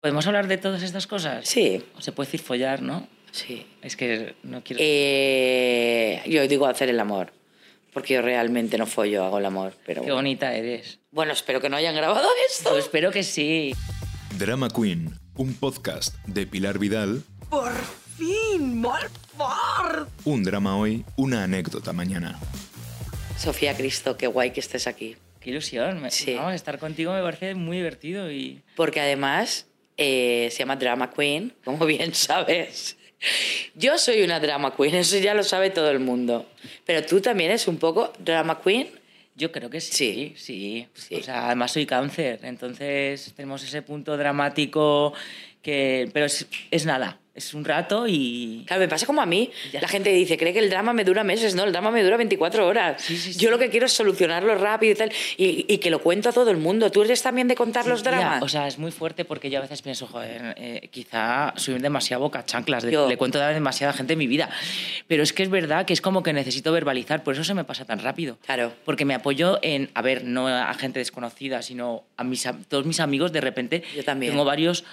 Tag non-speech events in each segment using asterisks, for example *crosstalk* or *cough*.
¿Podemos hablar de todas estas cosas? Sí. O se puede decir follar, ¿no? Sí. Es que no quiero... Eh, yo digo hacer el amor, porque yo realmente no follo, hago el amor. Pero Qué bonita eres. bueno, espero que no hayan grabado *laughs* esto. Pues espero que sí. Drama Queen, un podcast de Pilar Vidal. Por fin, molt fort! Un drama hoy, una anécdota mañana. Sofía Cristo, qué guay que estés aquí. Qué ilusión. Me- Sí. Vamos, estar contigo me parece muy divertido y... Porque además eh, se llama Drama Queen, como bien *laughs* sabes. Yo soy una Drama Queen, eso ya lo sabe todo el mundo. Pero tú también es un poco Drama Queen. Yo creo que sí. Sí. Sí, sí. Sí. O sea, además soy cáncer, entonces tenemos ese punto dramático que... Pero es, es nada, es un rato y... Claro, me pasa como a mí. Ya. La gente dice, cree que el drama me dura meses. No, el drama me dura 24 horas. Sí, sí, sí. Yo lo que quiero es solucionarlo rápido y tal. Y, y que lo cuento a todo el mundo. ¿Tú eres también de contar los Mira, dramas? o sea, es muy fuerte porque yo a veces pienso, joder, eh, quizá soy demasiado bocachanclas, de- Yo. le cuento a demasiada gente mi vida. Pero es que es verdad que es como que necesito verbalizar, por eso se me pasa tan rápido. Claro. Porque me apoyo en, a ver, no a gente desconocida, sino a mis, am- todos mis amigos, de repente Yo también. tengo varios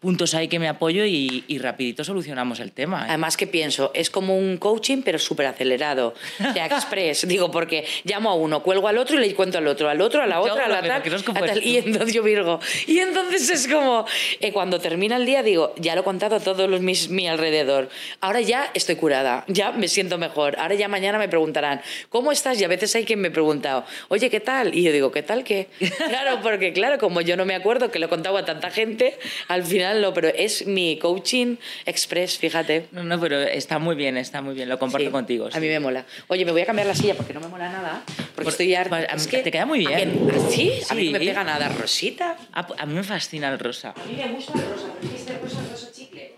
puntos ahí que me apoyo y, y rapidito solucionamos el tema. ¿eh? Además que pienso, es como un coaching pero *laughs* súper acelerado. O sea, express. Digo, porque llamo a uno, cuelgo al otro y le cuento al otro, al otro, a la Yo otra, a la creo que no, tal, que no es como a tal. esto. Y entonces yo virgo. Y entonces es como, eh, cuando termina el día digo, ya lo he contado a todos los mis, mi alrededor. Ahora ya estoy curada, ya me siento mejor. Ahora ya mañana me preguntarán, ¿cómo estás? Y a veces hay quien me ha preguntado, oye, ¿qué tal? Y yo digo, ¿qué *laughs* tal qué? Claro, porque claro, como yo no me acuerdo que lo he contado a tanta gente, al final no, pero es mi coaching express, fíjate. No, no, pero está muy bien, está muy bien, lo comparto Sí, contigo. A sí. mí me mola. Oye, me voy a cambiar la silla porque no me mola nada. Porque Por- estoy harta. para- a mí- te queda muy bien. ¿A que- ¿Ah, sí? A mí Sí. no me pega nada. Rosita. Ah, pu- a mí me fascina el rosa. A mí me gusta el rosa, pero es que este rosa es rosa chicle.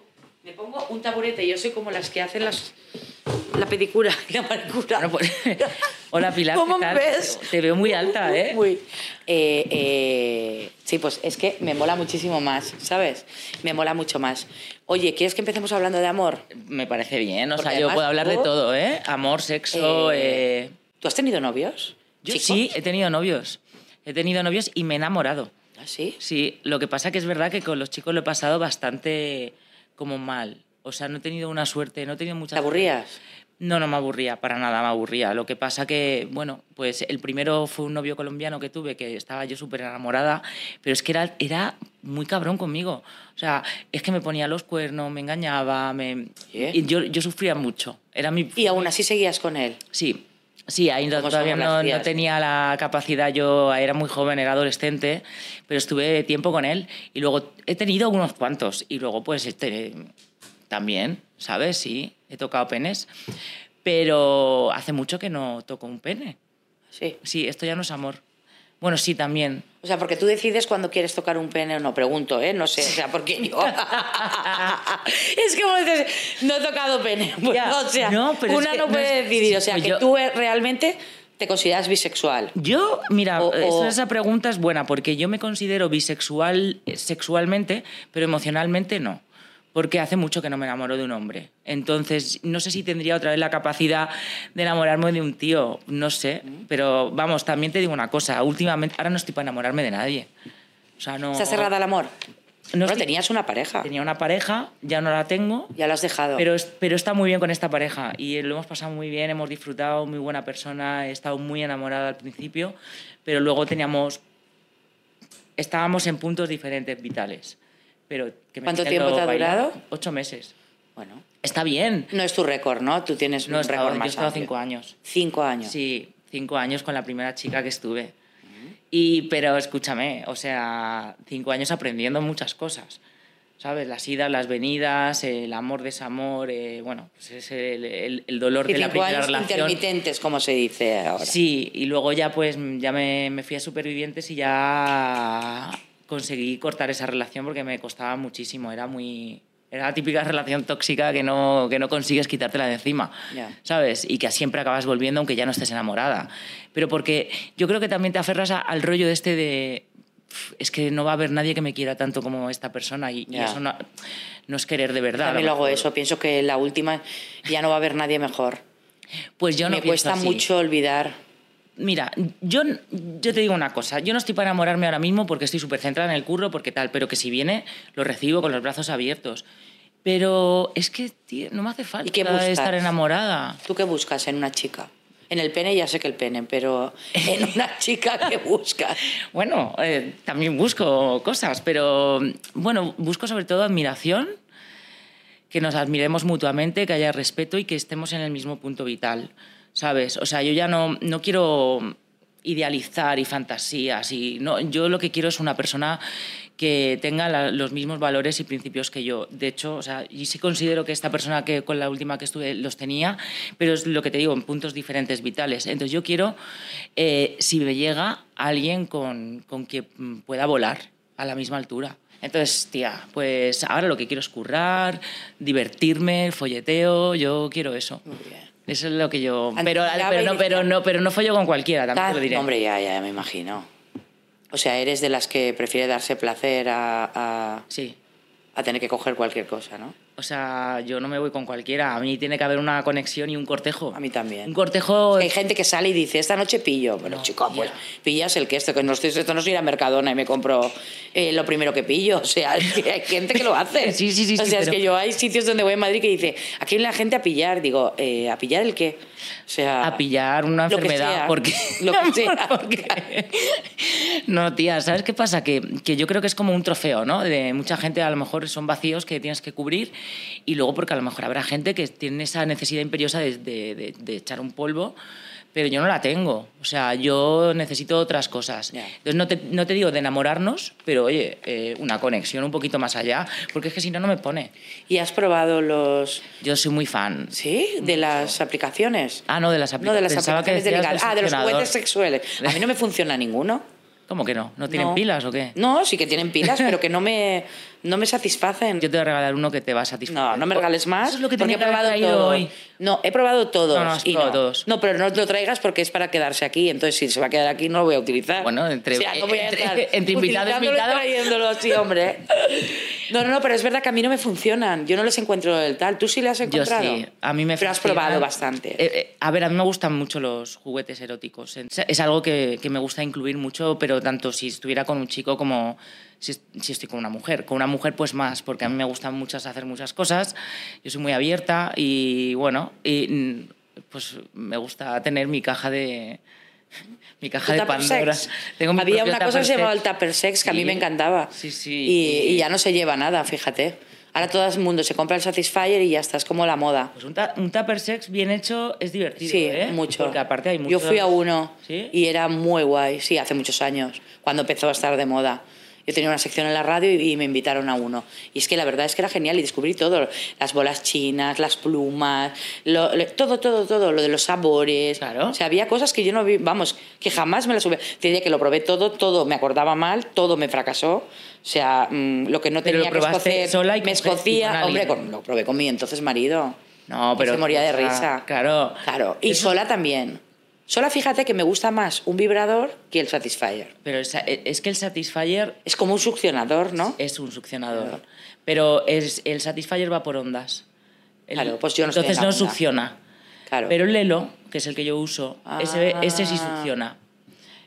Me pongo un taburete. Yo soy como las que hacen las... La pedicura *laughs* y la manicura. Bueno, pues- Hola Pilar, ¿qué ¿Cómo me tal? ves? Te veo muy alta, ¿eh? Muy. Eh, eh, sí, pues es que me mola muchísimo más, ¿sabes? Me mola mucho más. Oye, ¿quieres que empecemos hablando de amor? Me parece bien, o Porque sea, yo además puedo hablar de tú- todo, ¿eh? Amor, sexo, Eh, eh, ¿Tú has tenido novios? Yo chicos? sí, he tenido novios. He tenido novios y me he enamorado. ¿Ah, sí? Sí, lo que pasa que es verdad que con los chicos lo he pasado bastante como mal. O sea, no he tenido una suerte, no he tenido mucha ¿Te aburrías? No, no me aburría, para nada me aburría. Lo que pasa que, bueno, pues el primero fue un novio colombiano que tuve, que estaba yo súper enamorada, pero es que era, era muy cabrón conmigo. O sea, es que me ponía los cuernos, me engañaba, me... Sí, ¿eh? y yo, yo sufría mucho. Era mi... Y aún así seguías con él. Sí, sí, ahí no- ¿Cómo todavía somos no, las no tías? tenía la capacidad, yo era muy joven, era adolescente, pero estuve tiempo con él y luego he tenido unos cuantos y luego pues este, también, ¿sabes? Sí, he tocado penes, pero hace mucho que no toco un pene. Sí. Sí, esto ya no es amor. Bueno, sí, también. O sea, porque tú decides cuando quieres tocar un pene o no. Pregunto, ¿eh? No sé. O sea, porque yo. *laughs* es que como dices, no he tocado pene. *laughs* Bueno, Ya, o sea, no, pero es una que no no puede es- decidir. O sea, pues que yo- tú eh, realmente te consideras bisexual. Yo, mira, O- o- esa- esa pregunta es buena porque yo me considero bisexual eh, sexualmente, pero emocionalmente no. Porque hace mucho que no me enamoro de un hombre. Entonces, no sé si tendría otra vez la capacidad de enamorarme de un tío. No sé. Mm. Pero vamos, también te digo una cosa. Últimamente, ahora no estoy para enamorarme de nadie. O sea, no. ¿Está cerrada al amor? No, No estoy- tenías una pareja. Tenía una pareja, ya no la tengo. Ya lo has dejado. Pero, es- pero está muy bien con esta pareja y eh, lo hemos pasado muy bien, hemos disfrutado, muy buena persona, he estado muy enamorada al principio, pero luego teníamos, estábamos en puntos diferentes vitales. Pero que me ¿Cuánto quedo tiempo te ha bailando. durado? Ocho meses. Bueno, Está bien. no es tu récord, ¿no? Tú tienes No, un he estado- récord yo he más. estado amplio. cinco años. Cinco años. Sí, cinco años con la primera chica que estuve. Y, pero escúchame, o sea, cinco años aprendiendo muchas cosas. ¿Sabes? Las idas, las venidas, el amor, desamor, eh, bueno, pues es el, el- el dolor Y de la cinco primera años relación. intermitentes, como se dice ahora. Sí, y luego ya pues ya me, me fui a Supervivientes y ya conseguí cortar esa relación porque me costaba muchísimo, era muy... Era la típica relación tóxica que no, que no consigues quitártela de encima, Ya. ¿sabes? Y que siempre acabas volviendo aunque ya no estés enamorada. Pero porque yo creo que también te aferras a- al rollo este de... "Pf, Es que no va a haber nadie que me quiera tanto como esta persona y, y Ya. eso no, no es querer de verdad. a lo También lo hago mejor. eso. Pienso que la última ya no va a haber nadie mejor. Pues yo no me pienso cuesta así. mucho olvidar. Mira, yo, yo te digo una cosa. Yo no estoy para enamorarme ahora mismo porque estoy súper centrada en el curro, porque tal, pero que si viene, lo recibo con los brazos abiertos. Pero es que, tío, no me hace falta qué buscas? estar enamorada. ¿Tú qué buscas en una chica? En el pene ya sé que el pene, pero en *laughs* una chica que buscas. Bueno, eh, también busco cosas, pero bueno, busco sobre todo admiración, que nos admiremos mutuamente, que haya respeto y que estemos en el mismo punto vital, ¿sabes? O sea, yo ya no, no quiero idealizar y fantasías y no yo lo que quiero es una persona que tenga la- los mismos valores y principios que yo de hecho o sea y sí considero que esta persona que con la última que estuve los tenía pero es lo que te digo en puntos diferentes vitales entonces yo quiero eh, si me llega alguien con con que mm, pueda volar a la misma altura entonces tía pues ahora lo que quiero es currar divertirme folleteo yo quiero eso Muy bien. eso es lo que yo pero Antigua pero no pero bendición. no pero no follo con cualquiera también te lo Ah, diré Hombre, ya, ya, me imagino. O sea, eres de las que prefiere darse placer a, a- Sí. a tener que coger cualquier cosa, ¿no? O sea, yo no me voy con cualquiera. A mí tiene que haber una conexión y un cortejo. A mí también. Un cortejo. Hay gente que sale y dice, esta noche pillo. Bueno, No, chico, tía. pues pillas el que esto, que no estoy, esto no es ir a Mercadona y me compro eh, lo primero que pillo. *laughs* O sea, es que hay gente que lo *laughs* hace. Sí, sí, sí, O sí, sea, es pero- que yo hay sitios donde voy en Madrid que dice, aquí viene la gente a pillar. Digo, eh, ¿a pillar el qué? O sea... A pillar una Ah, lo que enfermedad. sea. Porque... *laughs* Lo que sea. Porque- No, tía, ¿sabes qué pasa? Que, que yo creo que es como un trofeo, ¿no? De mucha gente, a lo mejor son vacíos que tienes que cubrir y luego porque a lo mejor habrá gente que tiene esa necesidad imperiosa de, de- de- de echar un polvo, pero yo no la tengo. O sea, yo necesito otras cosas. Ya. Entonces no te, no te digo de enamorarnos, pero oye, eh, una conexión un poquito más allá, porque es que si no, no me pone. ¿Y has probado los... Yo soy muy fan. ¿Sí? De las aplicaciones. Ah, no, de las aplicaciones. No, de las Pensaba que aplicaciones de decías ligar. Ah, de los funcionador. juguetes sexuales. A mí no me funciona ninguno. ¿Cómo que *laughs* no? ¿No tienen No. pilas o qué? No, sí que tienen pilas, pero que no me, no me *laughs* satisfacen. Yo te voy a regalar uno que te va a satisfacer. No, no me regales más. Eso es lo que porque tenía que haber traído todo. hoy. No, he probado todos. No, no, has y probado todos. No, pero no te lo traigas porque es para quedarse aquí. Entonces, si se va a quedar aquí, no lo voy a utilizar. Bueno, entre- o sea, no voy a entre- estar entre invitados, utilizándolo y invitados. trayéndolo, sí, hombre. *laughs* No, no, no, pero es verdad que a mí no me funcionan. Yo no les encuentro el tal. ¿Tú sí le has Yo encontrado? sí, a mí me Pero has fascinan. probado bastante. Eh, eh, a ver, a mí me gustan mucho los juguetes eróticos. Es es algo que, que me gusta incluir mucho, pero tanto si estuviera con un chico como si, est- si estoy con una mujer. Con una mujer, pues más, porque a mí me gustan muchas hacer muchas cosas. Yo soy muy abierta y bueno, y, mm, pues me gusta tener mi caja de. *laughs* Mi caja Tu de tupper Pandora. sex. Tengo mi Había propio una cosa que tupper se llamaba el sex. tupper sex que a mí Sí. me encantaba. Sí, sí. Y, y ya no se lleva nada, fíjate. Ahora todo el mundo se compra el Satisfyer y ya está, es como la moda. Pues un, ta- un tupper sex bien hecho es divertido, Sí, ¿eh? mucho. Porque aparte hay mucho. Yo fui a uno ¿Sí? y era muy guay, sí, hace muchos años, cuando empezó a estar de moda. Yo tenía una sección en la radio y, y me invitaron a uno. Y es que la verdad es que era genial y descubrí todo. Las bolas chinas, las plumas, lo- lo- todo, todo, todo. Lo de los sabores. Claro. O sea, había cosas que yo no vi, vamos, que jamás me las hubiera... Te diría que lo probé todo, todo me acordaba mal, todo me fracasó. O sea, mm, lo que no Pero lo tenía que probaste escocer, sola y me con- y con escocía. alguien. Hombre, con- lo probé con mi entonces marido. No, Y pero. se moría de o sea, risa. Claro. Claro. Y Eso- sola también. Sola, fíjate que me gusta más un vibrador que el Satisfyer. Pero es, es que el Satisfyer Es como un succionador, ¿no? es un succionador. Pero es, el Satisfyer va por ondas. El- Claro, pues yo no estoy Entonces en la no onda. succiona. Claro. Pero el Lelo, que es el que yo uso, ese, Ah. ese sí succiona.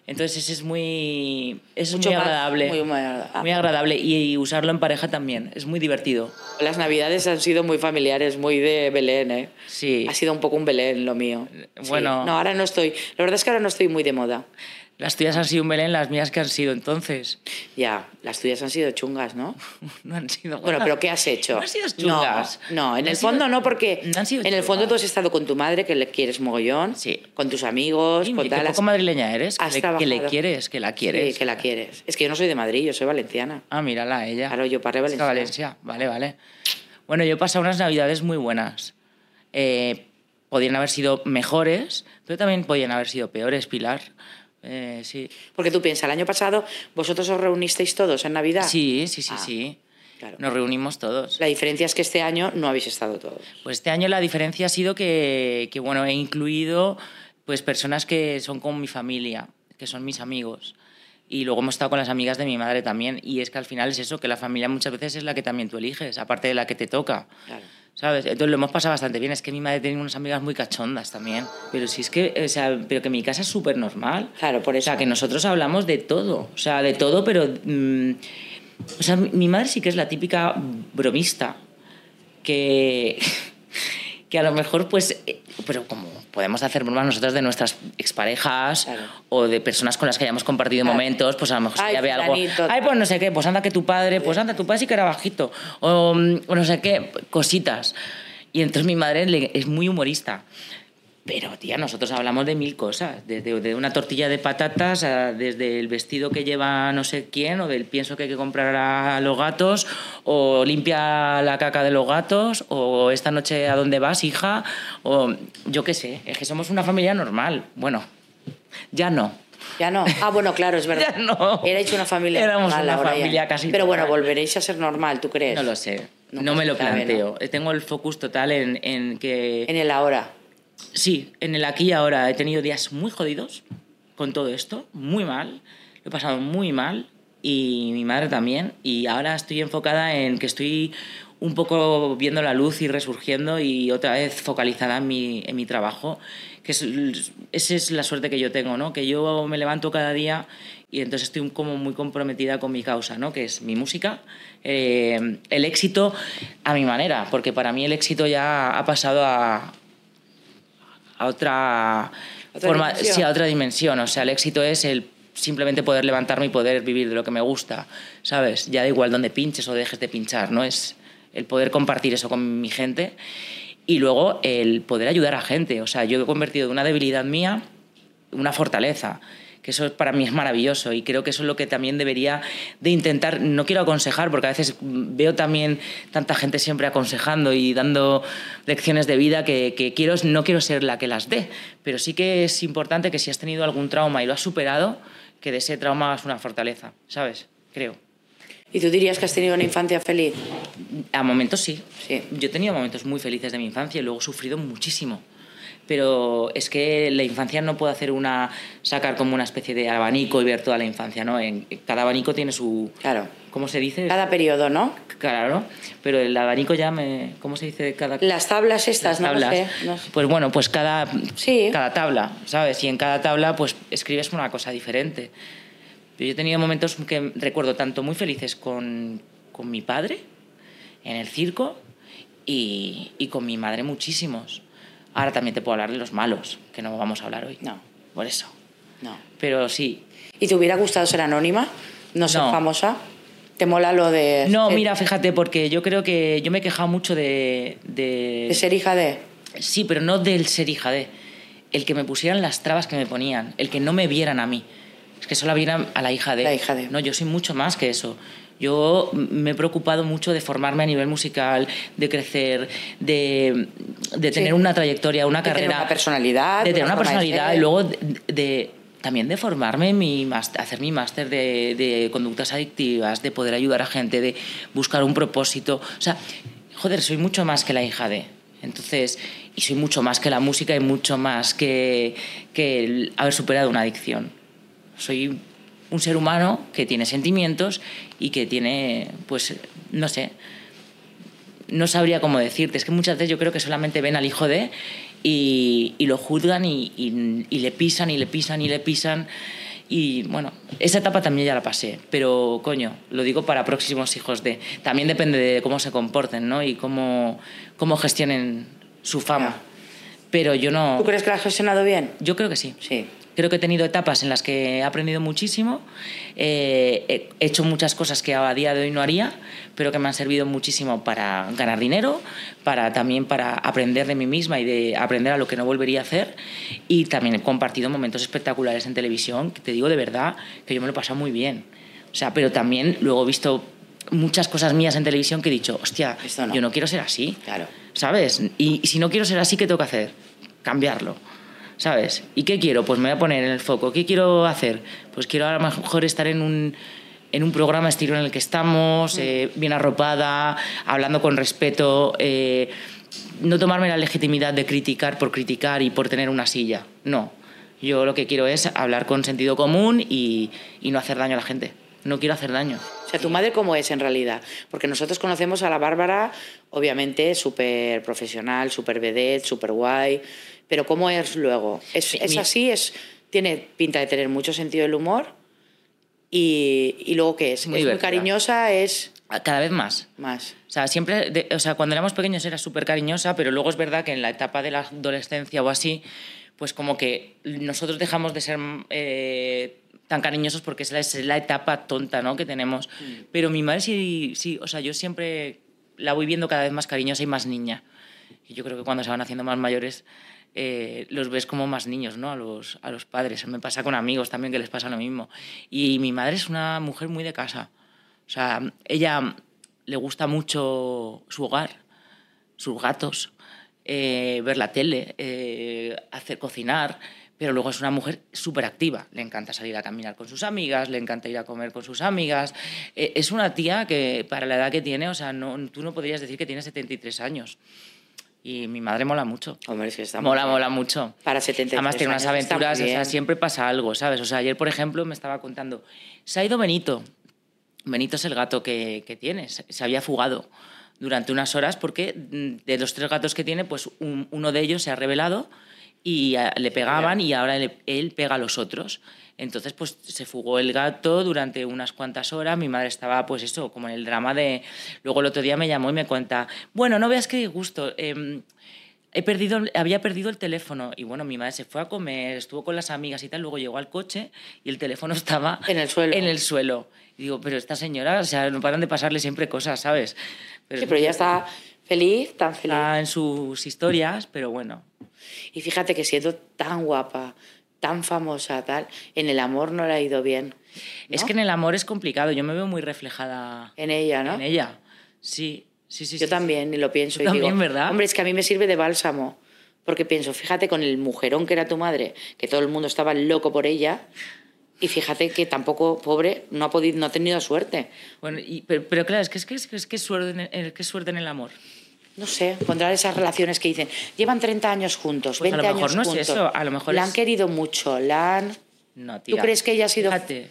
Entonces ese es muy, es Mucho muy más- agradable. muy- muy agrada- ah. Muy agradable. Y, y usarlo en pareja también. Es muy divertido. Las navidades han sido muy familiares, muy de Belén, ¿eh? Sí. Ha sido un poco un Belén lo mío. Sí. Bueno. No, ahora no estoy. La verdad es que ahora no estoy muy de moda. Las tuyas han sido un Belén, las mías que han sido entonces. Ya, las tuyas han sido chungas, ¿no? *laughs* No han sido Bueno, buenas. pero ¿qué has hecho? No *laughs* han sido chungas. No, no, en No el han sido- fondo no, porque No han sido en el fondo chungas. tú has estado con tu madre, que le quieres mogollón, Sí. con tus amigos, Oye, con qué tal. poco madrileña eres, que has le, que le trabajado. quieres, que la quieres. Sí, que la quieres. Es que yo no soy de Madrid, yo soy valenciana. Ah, mírala, ella. Claro, yo paré Es que valenciana. Valencia, vale, vale. Bueno, yo he pasado unas navidades muy buenas. Eh, podían haber sido mejores, pero también podían haber sido peores, Pilar. Eh, sí. Porque tú piensas, el año pasado vosotros os reunisteis todos en Navidad. sí, sí, sí, Ah, sí. claro. Nos reunimos todos. La diferencia es que este año no habéis estado todos. Pues este año la diferencia ha sido que, que, bueno, he incluido pues personas que son como mi familia, que son mis amigos. Y luego hemos estado con las amigas de mi madre también. Y es que al final es eso, que la familia muchas veces es la que también tú eliges, aparte de la que te toca. Claro. ¿Sabes? Entonces lo hemos pasado bastante bien. Es que mi madre tiene unas amigas muy cachondas también. Pero si es que, o sea, pero que mi casa es súper normal. Claro, por O eso. sea, que nosotros hablamos de todo. O sea, de todo, pero. mm, o sea, mi- mi madre sí que es la típica bromista. Que. *laughs* Que a lo mejor, pues. eh, Pero como podemos hacer bromas nosotros de nuestras exparejas Claro. o de personas con las que hayamos compartido Claro. momentos, pues a lo mejor Ay, ya ve algo. fulanito. Ay, pues no sé qué, pues anda que tu padre, pues anda, tu padre sí que era bajito. O, mm, o no sé qué, cositas. Y entonces mi madre le- es muy humorista. Pero, tía, nosotros hablamos de mil cosas, desde de una tortilla de patatas, a- desde el vestido que lleva no sé quién, o del pienso que hay que comprar a los gatos, o limpia la caca de los gatos, o esta noche a dónde vas, hija, o yo qué sé, es que somos una familia normal. Bueno, ya no. Ya no. Ah, bueno, *laughs* claro, es verdad. Ya no. Erais una familia Éramos normal una ahora ya. familia casi Pero bueno, normal. volveréis a ser normal, ¿tú crees? No lo sé, No, no, me lo sabe, ¿no? planteo. Tengo el focus total en, en que... En el ahora. Sí, en el aquí y ahora he tenido días muy jodidos con todo esto, muy mal, lo he pasado muy mal y mi madre también y ahora estoy enfocada en que estoy un poco viendo la luz y resurgiendo y otra vez focalizada en mi, en mi trabajo, que es, esa es la suerte que yo tengo, ¿no? que yo me levanto cada día y entonces estoy como muy comprometida con mi causa, ¿no? que es mi música, eh, el éxito a mi manera, porque para mí el éxito ya ha pasado a, a otra, ¿Otra forma, dimensión? sí, a otra dimensión. O sea, el éxito es el simplemente poder levantarme y poder vivir de lo que me gusta, ¿sabes? Ya da igual donde pinches o dejes de pinchar, ¿no? Es el poder compartir eso con mi gente y luego el poder ayudar a gente. O sea, yo he convertido de una debilidad mía una fortaleza que eso es- para mí es maravilloso y creo que eso es lo que también debería de intentar, no quiero aconsejar porque a veces mm, veo también tanta gente siempre aconsejando y dando lecciones de vida que, que quiero, no quiero ser la que las dé, pero sí que es importante que si has tenido algún trauma y lo has superado, que de ese trauma hagas una fortaleza, ¿sabes? Creo. ¿Y tú dirías que has tenido una infancia feliz? A momentos sí. Sí. Yo he tenido momentos muy felices de mi infancia y luego he sufrido muchísimo. Pero es que la infancia no puedo hacer una sacar como una especie de abanico y ver toda la infancia, ¿no? En, cada abanico tiene su Claro. ¿cómo se dice? Cada periodo, ¿no? Claro, pero el abanico ya me ¿cómo se dice de cada Las tablas estas, las no lo tablas? sé. no sé. Pues bueno, pues cada Sí. cada tabla, ¿sabes? Y en cada tabla pues escribes una cosa diferente. Yo he tenido momentos que recuerdo tanto muy felices con, con mi padre en el circo y, y con mi madre muchísimos. Ahora también te puedo hablar de los malos, que no vamos a hablar hoy. No. Por eso. No. Pero sí. ¿Y te hubiera gustado ser anónima? No ser No. famosa. ¿Te mola lo de No, ser, mira, fíjate, porque yo creo que yo me he quejado mucho de... de- de ser hija de? Sí, pero no del ser hija de. El que me pusieran las trabas que me ponían, el que no me vieran a mí. Es que solo vieran a la hija de. La hija de. No, yo soy mucho más que eso. Yo m- me he preocupado mucho de formarme a nivel musical, de crecer, de, de Sí. tener una trayectoria, una De tener carrera. una personalidad, De tener una una forma de personalidad ser. y luego de, de- también de formarme, en mi máster- hacer mi máster de, de conductas adictivas, de poder ayudar a gente, de buscar un propósito. O sea, joder, soy mucho más que la hija de. Entonces, y soy mucho más que la música y mucho más que, que el haber superado una adicción. Soy un ser humano que tiene sentimientos y que tiene, pues, no sé, no sabría cómo decirte. Es que muchas veces yo creo que solamente ven al hijo de y, y lo juzgan y, y- y le pisan y le pisan y le pisan. Y bueno, esa etapa también ya la pasé, pero coño, lo digo para próximos hijos de. También depende de cómo se comporten, ¿no? Y cómo, cómo gestionen su fama. Pero yo no. ¿Tú crees que la has gestionado bien? Yo creo que sí. Sí. Creo que he tenido etapas en las que he aprendido muchísimo, eh, he hecho muchas cosas que a día de hoy no haría, pero que me han servido muchísimo para ganar dinero, para también para aprender de mí misma y de aprender a lo que no volvería a hacer. Y también he compartido momentos espectaculares en televisión, que te digo de verdad que yo me lo he pasado muy bien. O sea, pero también luego he visto muchas cosas mías en televisión que he dicho, hostia, Esto no. yo no quiero ser así. Claro. ¿sabes? Y, y si no quiero ser así, ¿qué tengo que hacer? Cambiarlo, ¿sabes? ¿Y qué quiero? Pues me voy a poner en el foco. ¿Qué quiero hacer? Pues quiero a lo mejor estar en un, en un programa estilo en el que estamos, eh, bien arropada, hablando con respeto, eh, no tomarme la legitimidad de criticar por criticar y por tener una silla. No. Yo lo que quiero es hablar con sentido común y, y no hacer daño a la gente. No quiero hacer daño. O sea, ¿tu madre cómo es en realidad? Porque nosotros conocemos a la Bárbara, obviamente, súper profesional, súper vedette, súper guay. Pero ¿cómo es luego? ¿Es, es mi- así? Es, ¿Tiene pinta de tener mucho sentido del humor? ¿Y, y luego qué es? Muy ¿Es muy divertida. cariñosa? ¿Es Cada vez más. más? O sea, siempre, de- o sea, cuando éramos pequeños era súper cariñosa, pero luego es verdad que en la etapa de la adolescencia o así, pues como que nosotros dejamos de ser eh, tan cariñosos porque es la, es la etapa tonta ¿no? que tenemos. Pero mi madre sí, sí, o sea, yo siempre la voy viendo cada vez más cariñosa y más niña. Y yo creo que cuando se van haciendo más mayores eh, los ves como más niños, ¿no? A los, a los padres. Me pasa con amigos también que les pasa lo mismo. Y mi madre es una mujer muy de casa. O sea, ella le gusta mucho su hogar, sus gatos, eh, ver la tele, eh, hacer cocinar, pero luego es una mujer súper activa. Le encanta salir a caminar con sus amigas, le encanta ir a comer con sus amigas. Eh, es una tía que para la edad que tiene, o sea, no, tú no podrías decir que tiene 73 años. Y mi madre mola mucho. Hombre, es que está Mola, muy- mola mucho. Para 73 Además tiene unas años está muy aventuras, o sea, bien. siempre pasa algo, ¿sabes? O sea, ayer, por ejemplo, me estaba contando, se ha ido Benito. Benito es el gato que, que tiene, se se había fugado durante unas horas porque mm, de los tres gatos que tiene, pues un- uno de ellos se ha revelado y ah, le pegaban y ahora le- él pega a los otros. Entonces, pues se fugó el gato durante unas cuantas horas. Mi madre estaba, pues eso, como en el drama de... Luego el otro día me llamó y me cuenta, bueno, no veas qué disgusto. em, he perdido, había perdido el teléfono y bueno, mi madre se fue a comer, estuvo con las amigas y tal, luego llegó al coche y el teléfono *laughs* estaba En el suelo. En el suelo. Y digo, pero esta señora, o sea, no paran de pasarle siempre cosas, ¿sabes? Pero, Sí, pero ya está feliz, tan feliz. está en sus historias, pero bueno, Y fíjate que siendo tan guapa, tan famosa, tal, en el amor no le ha ido bien. es ¿no? que en el amor es complicado, yo me veo muy reflejada en ella, ¿no? en ella. Sí, sí, sí. Yo sí, también, y lo pienso. Tú y también, digo, ¿verdad? Hombre, es que a mí me sirve de bálsamo. Porque pienso, fíjate con el mujerón que era tu madre, que todo el mundo estaba loco por ella, y fíjate que tampoco, pobre, no ha, podido, no ha tenido suerte. sí. Bueno, y- pero, pero claro, es que es que, es que, es que suerte, en el- eh, qué suerte en el amor. No sé, encontrar esas relaciones que dicen, llevan 30 años juntos, Pues a 20 lo mejor años no es juntos. eso, a lo mejor la es- han querido mucho, la han... No, tía. crees que ella ha sido- Fíjate,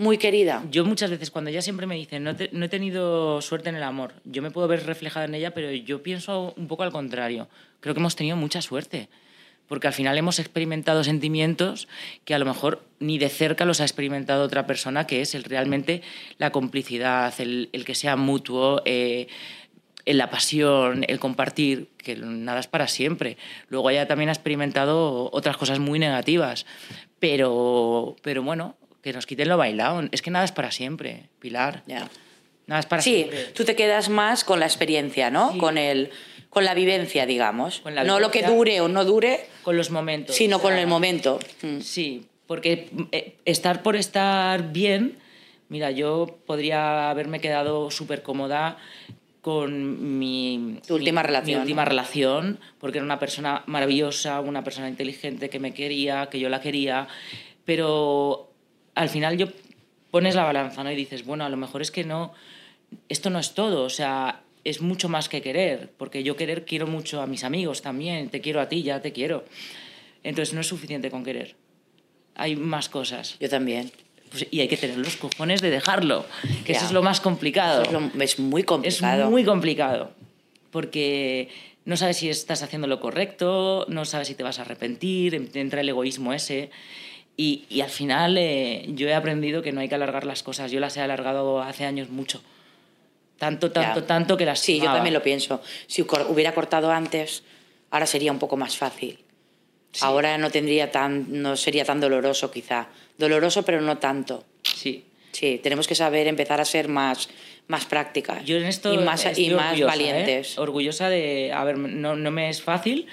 Muy querida. Yo muchas veces, cuando ella siempre me dice, no, te- no he tenido suerte en el amor, yo me puedo ver reflejada en ella, pero yo pienso un poco al contrario. Creo que hemos tenido mucha suerte, porque al final hemos experimentado sentimientos que a lo mejor ni de cerca los ha experimentado otra persona, que es el, realmente la complicidad, el, el que sea mutuo. eh, en la pasión, el compartir, que nada es para siempre. Luego ella también ha experimentado otras cosas muy negativas, pero, pero bueno, que nos quiten lo bailado. Es que nada es para siempre, Pilar. Ya. Nada es para Sí, siempre. tú te quedas más con la experiencia, ¿no? Sí. Con, el, con la vivencia, digamos. Con la no lo que vivencia. dure o no dure, Con los momentos. sino o con sea, el momento. Mm. Sí, porque eh, estar por estar bien, mira, yo podría haberme quedado súper cómoda con mi, Tu última mi- relación, mi ¿no? última relación, porque era una persona maravillosa, una persona inteligente que me quería, que yo la quería, pero al final yo pones la balanza ¿no? y dices, bueno, a lo mejor es que no, esto no es todo, o sea, es mucho más que querer, porque yo querer quiero mucho a mis amigos también, te quiero a ti, ya te quiero. Entonces no es suficiente con querer. Hay más cosas. Yo también. Pues- y hay que tener los cojones de dejarlo, que Ya. eso es lo más complicado. Es, lo- es muy Es complicado. muy complicado, porque no sabes si estás haciendo lo correcto, no sabes si te vas a arrepentir, em- te entra el egoísmo ese. Y, y al final eh, yo he aprendido que no hay que alargar las cosas. Yo las he alargado hace años mucho. Tanto, Ya. tanto, tanto que las... Sí, yo también lo pienso. Si cor- hubiera cortado antes, ahora sería un poco más fácil. Ahora no tendría tan, no sería tan doloroso quizá. Doloroso, pero no tanto. Sí. Sí, tenemos que saber empezar a ser más, más prácticas Yo en esto y más, estoy y más orgullosa, valientes. ¿eh? Orgullosa de, a ver, no, no me es fácil,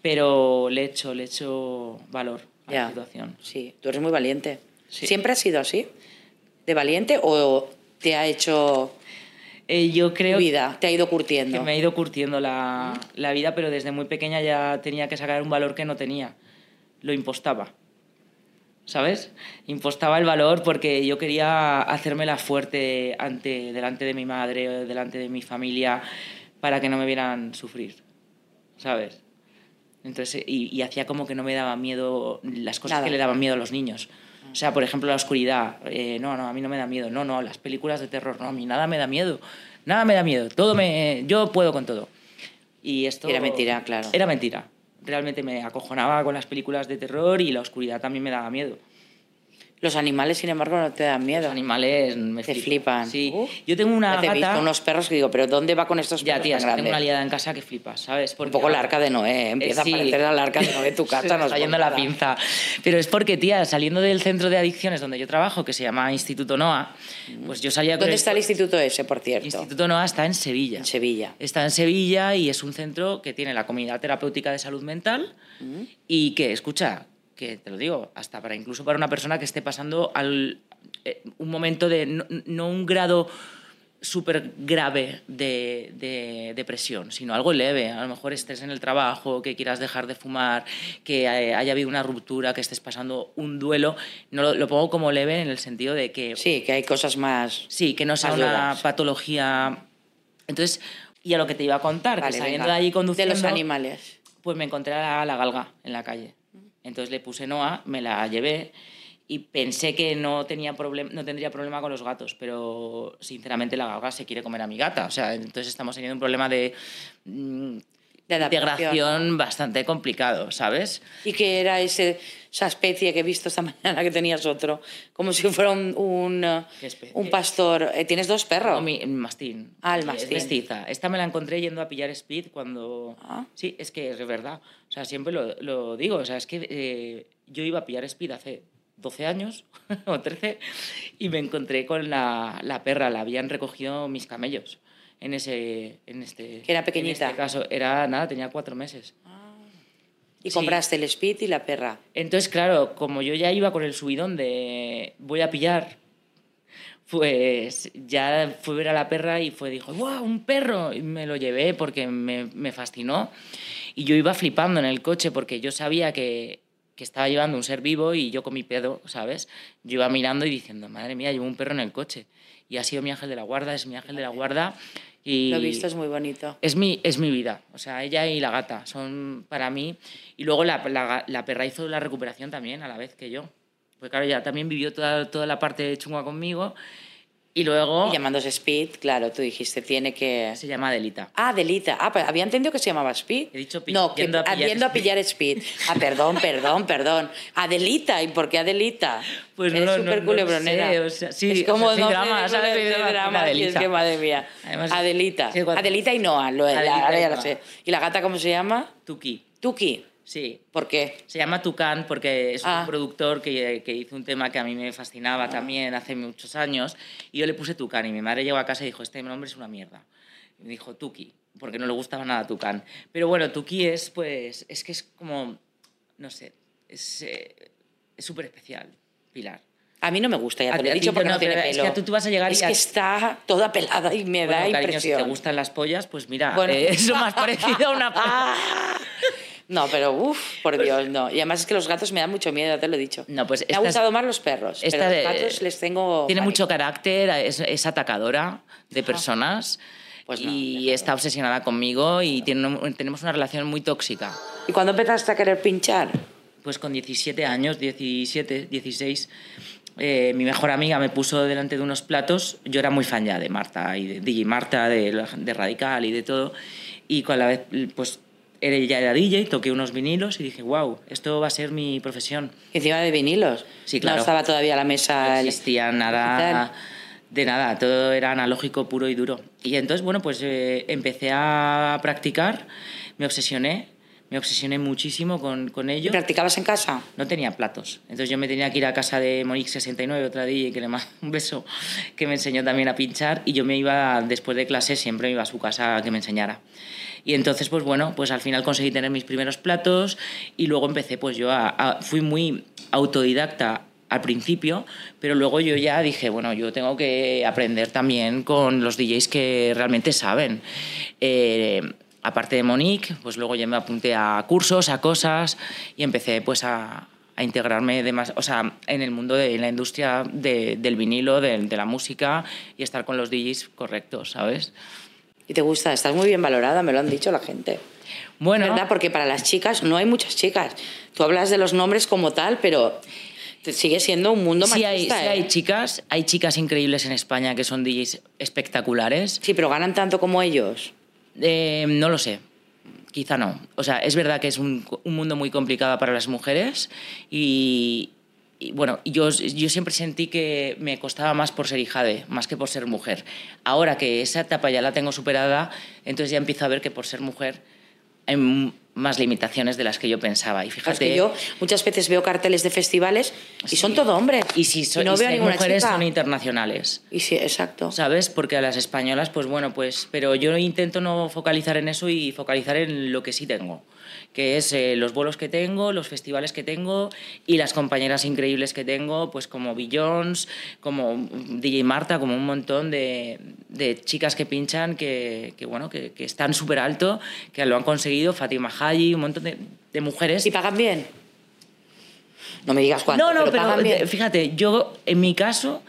pero le echo, le echo valor a Ya. la situación. Sí, tú eres muy valiente. Sí. ¿Siempre has sido así? ¿De valiente o te ha hecho Eh, yo tu creo vida? ¿Te ha ido que curtiendo? me ha ido curtiendo la, Mm. la vida, pero desde muy pequeña ya tenía que sacar un valor que no tenía. Lo impostaba. ¿Sabes? Impostaba el valor porque yo quería hacérmela fuerte ante, delante de mi madre, delante de mi familia, para que no me vieran sufrir. ¿Sabes? Entonces, y, y hacía como que no me daba miedo las cosas Nada. Ah. que le daban miedo a los niños. O sea, por ejemplo, la oscuridad. eh, no, no, a mí no me da miedo. No, no, las películas de terror. No, a mí nada me da miedo. Nada me da miedo. Todo me, yo puedo con todo. Y esto... Era mentira, claro. Era mentira. Realmente me acojonaba con las películas de terror y la oscuridad también me daba miedo. Los animales, sin embargo, no te dan miedo. Los animales me Te flipan. flipan. Sí. Uf. Yo tengo una Ya te he gata... visto unos perros que digo, pero ¿dónde va con estos Ya, perros tía, es tan que tengo una grandes? liada en casa que flipas, ¿sabes? Un poco el arca de Noé, empieza Eh, sí. a parecer al arca de Noé tu *laughs* Se casa. me no está es yendo la por nada. pinza. Pero es porque, tía, saliendo del centro de adicciones donde yo trabajo, que se llama Instituto NOA, pues yo salía con ¿Dónde está el instituto ese, por cierto? Instituto NOA está en Sevilla. En Sevilla. Está en Sevilla y es un centro que tiene la comunidad terapéutica de salud mental y que, escucha, que te lo digo, hasta para incluso para una persona que esté pasando al, eh, un momento de no, no un grado súper grave de, de depresión, sino algo leve. A lo mejor estés en el trabajo, que quieras dejar de fumar, que eh, haya habido una ruptura, que estés pasando un duelo. No lo, lo pongo como leve en el sentido de que Sí, que hay cosas más... Sí, que no sea Más una duras. patología. Entonces, y a lo que te iba a contar, Vale, que saliendo venga. de allí conduciendo, De los animales. pues me encontré a la, a la galga en la calle. Entonces le puse Noa, me la llevé y pensé que no, tenía problem- no tendría problema con los gatos, pero sinceramente la galga se quiere comer a mi gata. O sea, entonces estamos teniendo un problema de mm, De adaptación. integración bastante complicado, ¿sabes? Y que era ese, esa especie que he visto esta *laughs* mañana que tenías otro, como si fuera un, un, eh, ¿Qué especie? un pastor. Eh, ¿Tienes dos perros? No, mi- mi mastín. Ah, el Es mastín. mestiza. Esta me la encontré yendo a pillar speed cuando... Ah. Sí, es que es verdad. O sea, siempre lo, lo digo. O sea, es que eh, yo iba a pillar speed hace 12 años *laughs* o 13 y me encontré con la, la perra. La habían recogido mis camellos en ese... En este, Que era En pequeñita. este caso, era nada, tenía cuatro meses. y sí. compraste el Speed y la perra. Entonces, claro, como yo ya iba con el subidón de voy a pillar, pues ya fue ver a la perra y fue, dijo, ¡guau, un perro! Y me lo llevé porque me, me fascinó. Y yo iba flipando en el coche porque yo sabía que, que estaba llevando un ser vivo y yo con mi pedo, ¿sabes? Yo iba mirando y diciendo, madre mía, llevo un perro en el coche. Y ha sido mi ángel de la guarda, es mi ángel de la guarda. Y Lo he visto, es muy bonito. es mi, es mi vida. O sea, ella y la gata son para mí. Y luego la, la- la perra hizo la recuperación también a la vez que yo. Pues claro, ella también vivió toda, toda la parte chunga conmigo. Y luego Y llamándose Speed, claro, tú dijiste, tiene que... se llama Delita. Ah, Delita. Ah, pues había entendido que se llamaba Speed. He dicho pi- no, que, yendo a pillar yendo a pillar Speed. Ah, perdón, perdón, perdón. Adelita, ¿y por qué Adelita? Pues Eres no, no, súper no culebronera. sé, o sea, sí, es como o sea, sí, dos drama, películas ¿sabes? de Sí, drama, drama, y es Adelita. que madre mía. Además- Adelita. Sí, cuando- Adelita y Noah, lo ya- Adelita ahora y ya lo Noa. sé. ¿Y la gata cómo se llama? Tuki. Tuki. Sí. ¿Por qué? Se llama Tucán porque es Ah. un productor que, que hizo un tema que a mí me fascinaba también hace muchos años. Y yo le puse Tucán y mi madre llegó a casa y dijo, este nombre es una mierda. Y me dijo Tuki, porque no le gustaba nada Tucán. Pero bueno, Tuki es pues, es que es como, no sé, es eh, es súper especial, Pilar. A mí no me gusta, ya A te ti- lo he a dicho ti porque no, no, tiene pero pelo. es que tú- tú vas a llegar y Es a- que está toda pelada y me da Bueno, cariño, si impresión. te gustan las pollas, pues mira, Bueno. eh, *laughs* eso más parecido a *laughs* una polla. No, pero uff, por Dios, no. Y además es que los gatos me dan mucho miedo, ya te lo he dicho. Pues No, pues me esta han es- gustado más los perros, esta pero los de- gatos les tengo... Tiene pánico. mucho carácter, es, es atacadora de personas Pues no, y déjalo. está obsesionada conmigo y tiene un- tenemos una relación muy tóxica. ¿Y cuándo empezaste a querer pinchar? Pues con 17 años, 17, 16, eh, mi mejor amiga me puso delante de unos platos. Yo era muy fan ya de Marta y de DJ Marta, de, la- de Radical y de todo. Y con la vez, pues ella era DJ, toqué unos vinilos y dije, wow, esto va a ser mi profesión. Y Encima de vinilos. Sí, claro. No estaba todavía la no mesa... el- existía digital. nada de nada, todo era analógico puro y duro. Y entonces, bueno, pues eh, empecé a practicar, me obsesioné, me obsesioné muchísimo con, con ¿Y ello. practicabas en casa? No tenía platos, entonces yo me tenía que ir a casa de Monique69, otra DJ que le mando un beso, que me enseñó también a pinchar, y yo me iba, después de clase, siempre me iba a su casa a que me enseñara. Y entonces, pues bueno, pues al final conseguí tener mis primeros platos y luego empecé, pues yo a- a- fui muy autodidacta al principio, pero luego yo ya dije, bueno, yo tengo que aprender también con los DJs que realmente saben. Eh, aparte de Monique, pues luego ya me apunté a cursos, a cosas y empecé pues a, a integrarme de más, o sea, en el mundo de la industria de- del vinilo, de, de la música y estar con los DJs correctos, ¿sabes? ¿Y te gusta? Estás muy bien valorada, me lo han dicho la gente. Bueno, ¿Verdad? Porque para las chicas no hay muchas chicas. Tú hablas de los nombres como tal, pero te- sigue siendo un mundo sí, machista. hay, sí ¿eh? hay chicas, hay chicas increíbles en España que son DJs espectaculares. Sí, pero ganan tanto como ellos. Eh, no lo sé. Quizá no. O sea, es verdad que es un, un mundo muy complicado para las mujeres y, y, bueno, yo, yo siempre sentí que me costaba más por ser hija de, más que por ser mujer. Ahora que esa etapa ya la tengo superada, entonces ya empiezo a ver que por ser mujer hay m- más limitaciones de las que yo pensaba. Y Claro, es fíjate, Pues que yo muchas veces veo carteles de festivales y son todo hombres. y si, so- no y si veo hay ninguna mujeres chica. son internacionales. Y sí, exacto. ¿Sabes? Porque a las españolas, pues bueno, pues. Pero yo intento no focalizar en eso y focalizar en lo que sí tengo, que es eh, los vuelos que tengo, los festivales que tengo y las compañeras increíbles que tengo, pues como Billions, como DJ Marta, como un montón de, de chicas que pinchan, que, que, bueno, que, que están súper alto, que lo han conseguido, Fatima Haji, un montón de, de mujeres. ¿Y pagan bien? No me digas cuánto, No, no, pero, pero, pagan bien. eh, fíjate, yo en mi caso,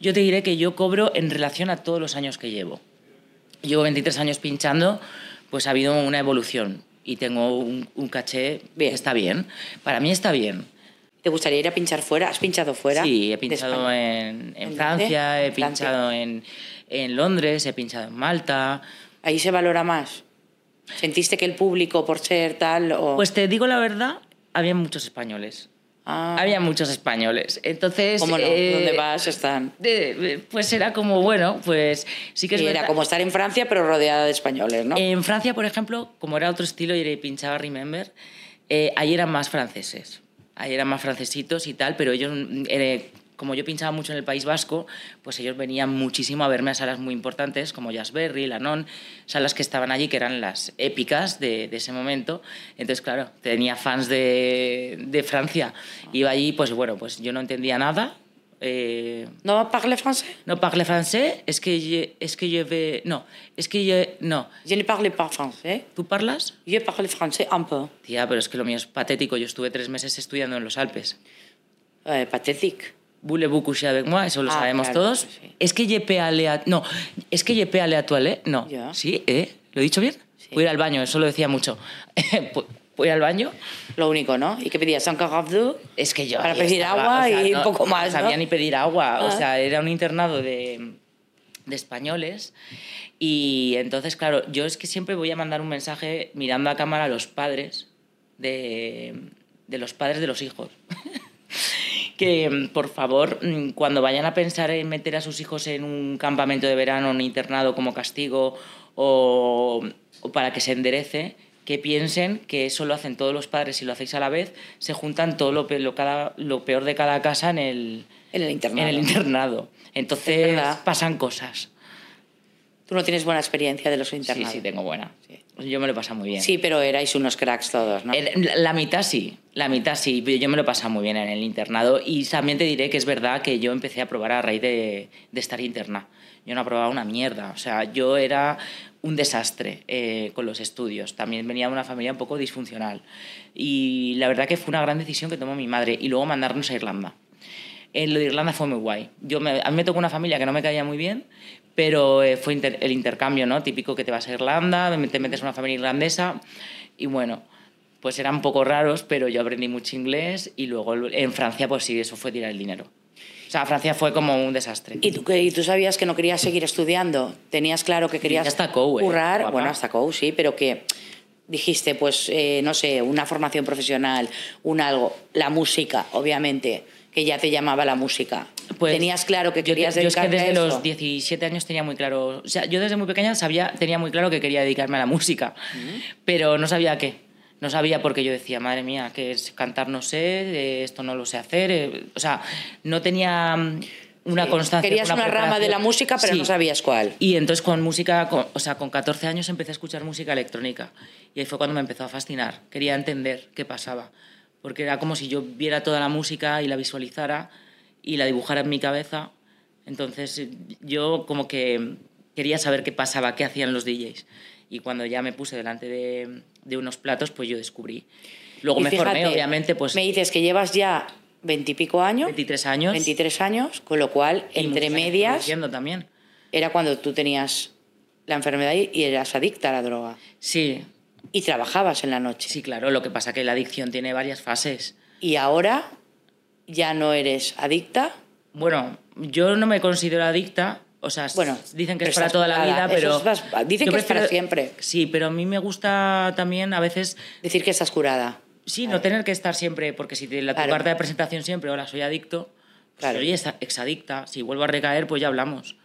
yo te diré que yo cobro en relación a todos los años que llevo. Llevo 23 años pinchando, pues ha habido una evolución y tengo un, un caché Bien. que está bien. Para mí está bien. ¿Te gustaría ir a pinchar fuera? ¿Has pinchado fuera? Sí, he de pinchado eh. España? en, en ¿En Francia, dónde? he En Francia. pinchado en, en Londres, he pinchado en Malta. Ahí se valora más. ¿Sentiste que el público, por ser tal o...? Pues te digo la verdad, había muchos españoles. Ah, Había muchos españoles. Entonces. ¿Cómo no? eh, ¿Dónde vas? Están... de- pues era como, bueno, pues sí que es era verdad- Eh, como estar en Francia, pero rodeada de españoles, ¿no? En Francia, por ejemplo, como era otro estilo y pinchaba Remember, eh, ahí eran más franceses. Ahí eran más francesitos y tal, pero ellos, mm, eh, como yo pinchaba mucho en el País Vasco, pues ellos venían muchísimo a verme a salas muy importantes como Jazzberry, Lanon, salas que estaban allí que eran las épicas de, de ese momento. Entonces, claro, tenía fans de, de Francia. Iba allí, pues bueno, pues yo no entendía nada. eh, ¿No parle français? no parle français, es que yo, es que yo ve, no, es que yo, no. Je ne parle pas français. ¿Tú parlas? Je parle français un peu. Tía, pero es que lo mío es patético. Yo estuve tres meses estudiando en los Alpes. Eh, pathétique. Voulez-vous coucher avec moi? Eso lo Ah, sabemos claro, todos. sí, sí. Es que yepe alea... No, es que yepe alea toile. No. Ya. ¿Sí? ¿Eh? ¿Lo he dicho bien? Voy a ir al baño, eso lo decía mucho. *laughs* Pu- Voy al baño. Lo único, ¿no? ¿Y qué pedías? ¿Un cagabdú? Es que yo. Para ahí pedir agua y no- poco más, No sabía ¿no? ni pedir agua. O Ah. sea, era un internado de, de españoles. Y entonces, claro, yo es que siempre voy a mandar un mensaje mirando a cámara a los padres de, de los padres de los hijos. *laughs* que mm, por favor, mm, cuando vayan a pensar en meter a sus hijos en un campamento de verano, un internado como castigo o, o para que se enderece, que piensen que eso lo hacen todos los padres y lo hacéis a la vez, se juntan todo lo, pe- lo cada, lo peor de cada casa en el, En el en internado. el internado. Es Entonces verdad. pasan cosas. Tú no tienes buena experiencia de los Sí, internados. sí, tengo buena. Sí. Yo me lo he pasado muy bien. Sí, pero erais unos cracks todos, ¿no? El- La la mitad sí, la mitad sí, pero yo me lo he pasado muy bien en el internado y también te diré que es verdad que yo empecé a probar a raíz de, de estar interna. Yo no probaba una mierda, o sea, yo era un desastre eh, con los estudios. También venía de una familia un poco disfuncional y la verdad que fue una gran decisión que tomó mi madre y luego mandarnos a Irlanda. Eh, lo de Irlanda fue muy guay. Yo me- a mí me tocó una familia que no me caía muy bien, pero eh, fue inter- el intercambio, ¿no? Típico que te vas a Irlanda, te metes en una familia irlandesa y bueno, pues eran un poco raros, pero yo aprendí mucho inglés y luego el- en Francia, pues sí, eso fue tirar el dinero. O sea, Francia fue como un desastre. ¿Y tú, qué- y tú sabías que no querías seguir estudiando? ¿Tenías claro que querías Ya hasta COU, eh, currar? guapa. Bueno, hasta COU, sí, pero que dijiste, pues, eh, no sé, una formación profesional, un algo, la música, obviamente, que ya te llamaba la música. Pues, ¿Tenías claro que yo- querías yo, es que dedicarte desde a eso? los 17 años tenía muy claro, o sea, yo desde muy pequeña sabía, tenía muy claro que quería dedicarme a la música, pero no sabía a qué. No sabía porque yo decía, madre mía, que es cantar no sé, eh, esto no lo sé hacer, eh, o sea, no tenía mm, una Sí, constancia. Querías una, rama de la preparación. música, pero Sí. no sabías cuál. Y entonces con música, con- o sea, con 14 años empecé a escuchar música electrónica y ahí fue cuando me empezó a fascinar. Quería entender qué pasaba, porque era como si yo viera toda la música y la visualizara y la dibujara en mi cabeza. Entonces eh, yo como que quería saber qué pasaba, qué hacían los DJs. Y cuando ya me puse delante de, de unos platos, pues yo descubrí. Luego Y me formé, fíjate, obviamente, pues Me dices que llevas ya veintipico años, 23 años. 23 años, con lo cual, y muchos entre años medias, produciendo también. era cuando tú tenías la enfermedad y y eras adicta a la droga. Sí, Y trabajabas en la noche. Sí, claro, lo que pasa que la adicción tiene varias fases. Y ahora ya no eres adicta. Bueno, yo no me considero adicta. O sea, s- Bueno, dicen que pero es para estás toda la vida, curada, eso pero. estás- dicen yo que es para siempre. Sí, pero a mí me gusta también a veces. Decir que estás curada. Sí, no tener que estar siempre, porque si te la tu Claro. carta de presentación siempre, hola, soy adicto, pues Claro. soy exa- exadicta. Si vuelvo a recaer, pues ya hablamos.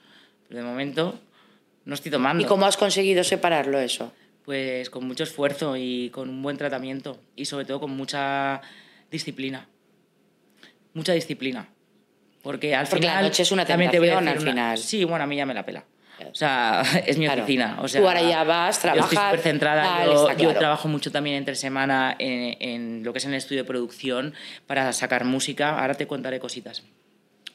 Pero de momento no estoy tomando. ¿Y cómo has conseguido separarlo eso? Pues con mucho esfuerzo y con un buen tratamiento y sobre todo con mucha disciplina. Mucha disciplina. Porque al Porque la final... noche es una también te voy a tentación, decir al una- final. Sí, bueno, a mí ya me la pela. O sea, *laughs* es mi Claro. oficina. O sea, Tú ahora ya vas, Yo estoy trabajas, súper centrada. tal, yo, está yo claro. trabajo mucho también entre semana en, en lo que es en el estudio de producción para sacar música. Ahora te contaré cositas.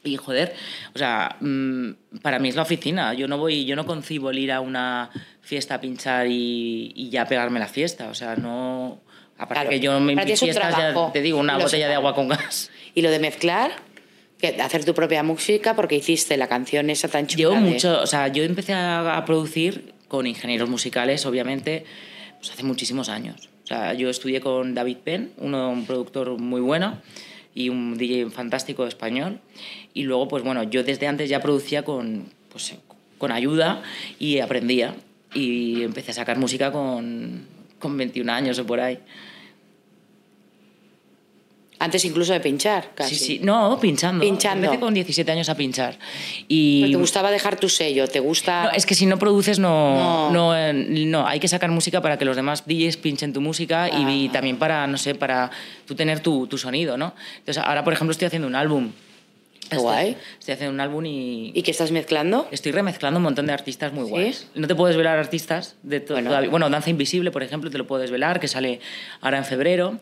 Y joder, o sea, mm, para mí es la oficina. Yo no voy, yo no concibo el ir a una fiesta a pinchar y, y ya pegarme la fiesta. O sea, no. Aparte Claro. que yo me Para ti invito es un fiestas, trabajo, ya te digo, una lo botella sé. de agua con gas. Y lo de mezclar, que hacer tu propia música porque hiciste la canción esa tan chula. Yo de- mucho, o sea, yo empecé a, a producir con ingenieros musicales, obviamente, pues hace muchísimos años. O sea, yo estudié con David Penn, uno, un productor muy bueno y un DJ fantástico español. Y luego, pues bueno, yo desde antes ya producía con, pues, con ayuda y aprendía. Y empecé a sacar música con, con 21 años o por ahí. Antes incluso de pinchar, casi. Sí, sí, no, pinchando. Pinchando. Empecé con 17 años a pinchar. Y Pero te gustaba dejar tu sello, te gusta... No, es que si no produces, no, No. no. eh, No, hay que sacar música para que los demás DJs pinchen tu música y- y, Ah. también para, no sé, para tú tener tu, tu sonido, ¿no? Entonces, ahora, por ejemplo, estoy haciendo un álbum. Qué Estoy- guay. Estoy haciendo un álbum y. ¿Y qué estás mezclando? Estoy remezclando un montón de artistas muy ¿Sí? guays. No te puedo desvelar artistas de to- Bueno. todavía. Bueno, Danza Invisible, por ejemplo, te lo puedo desvelar, que sale ahora en febrero.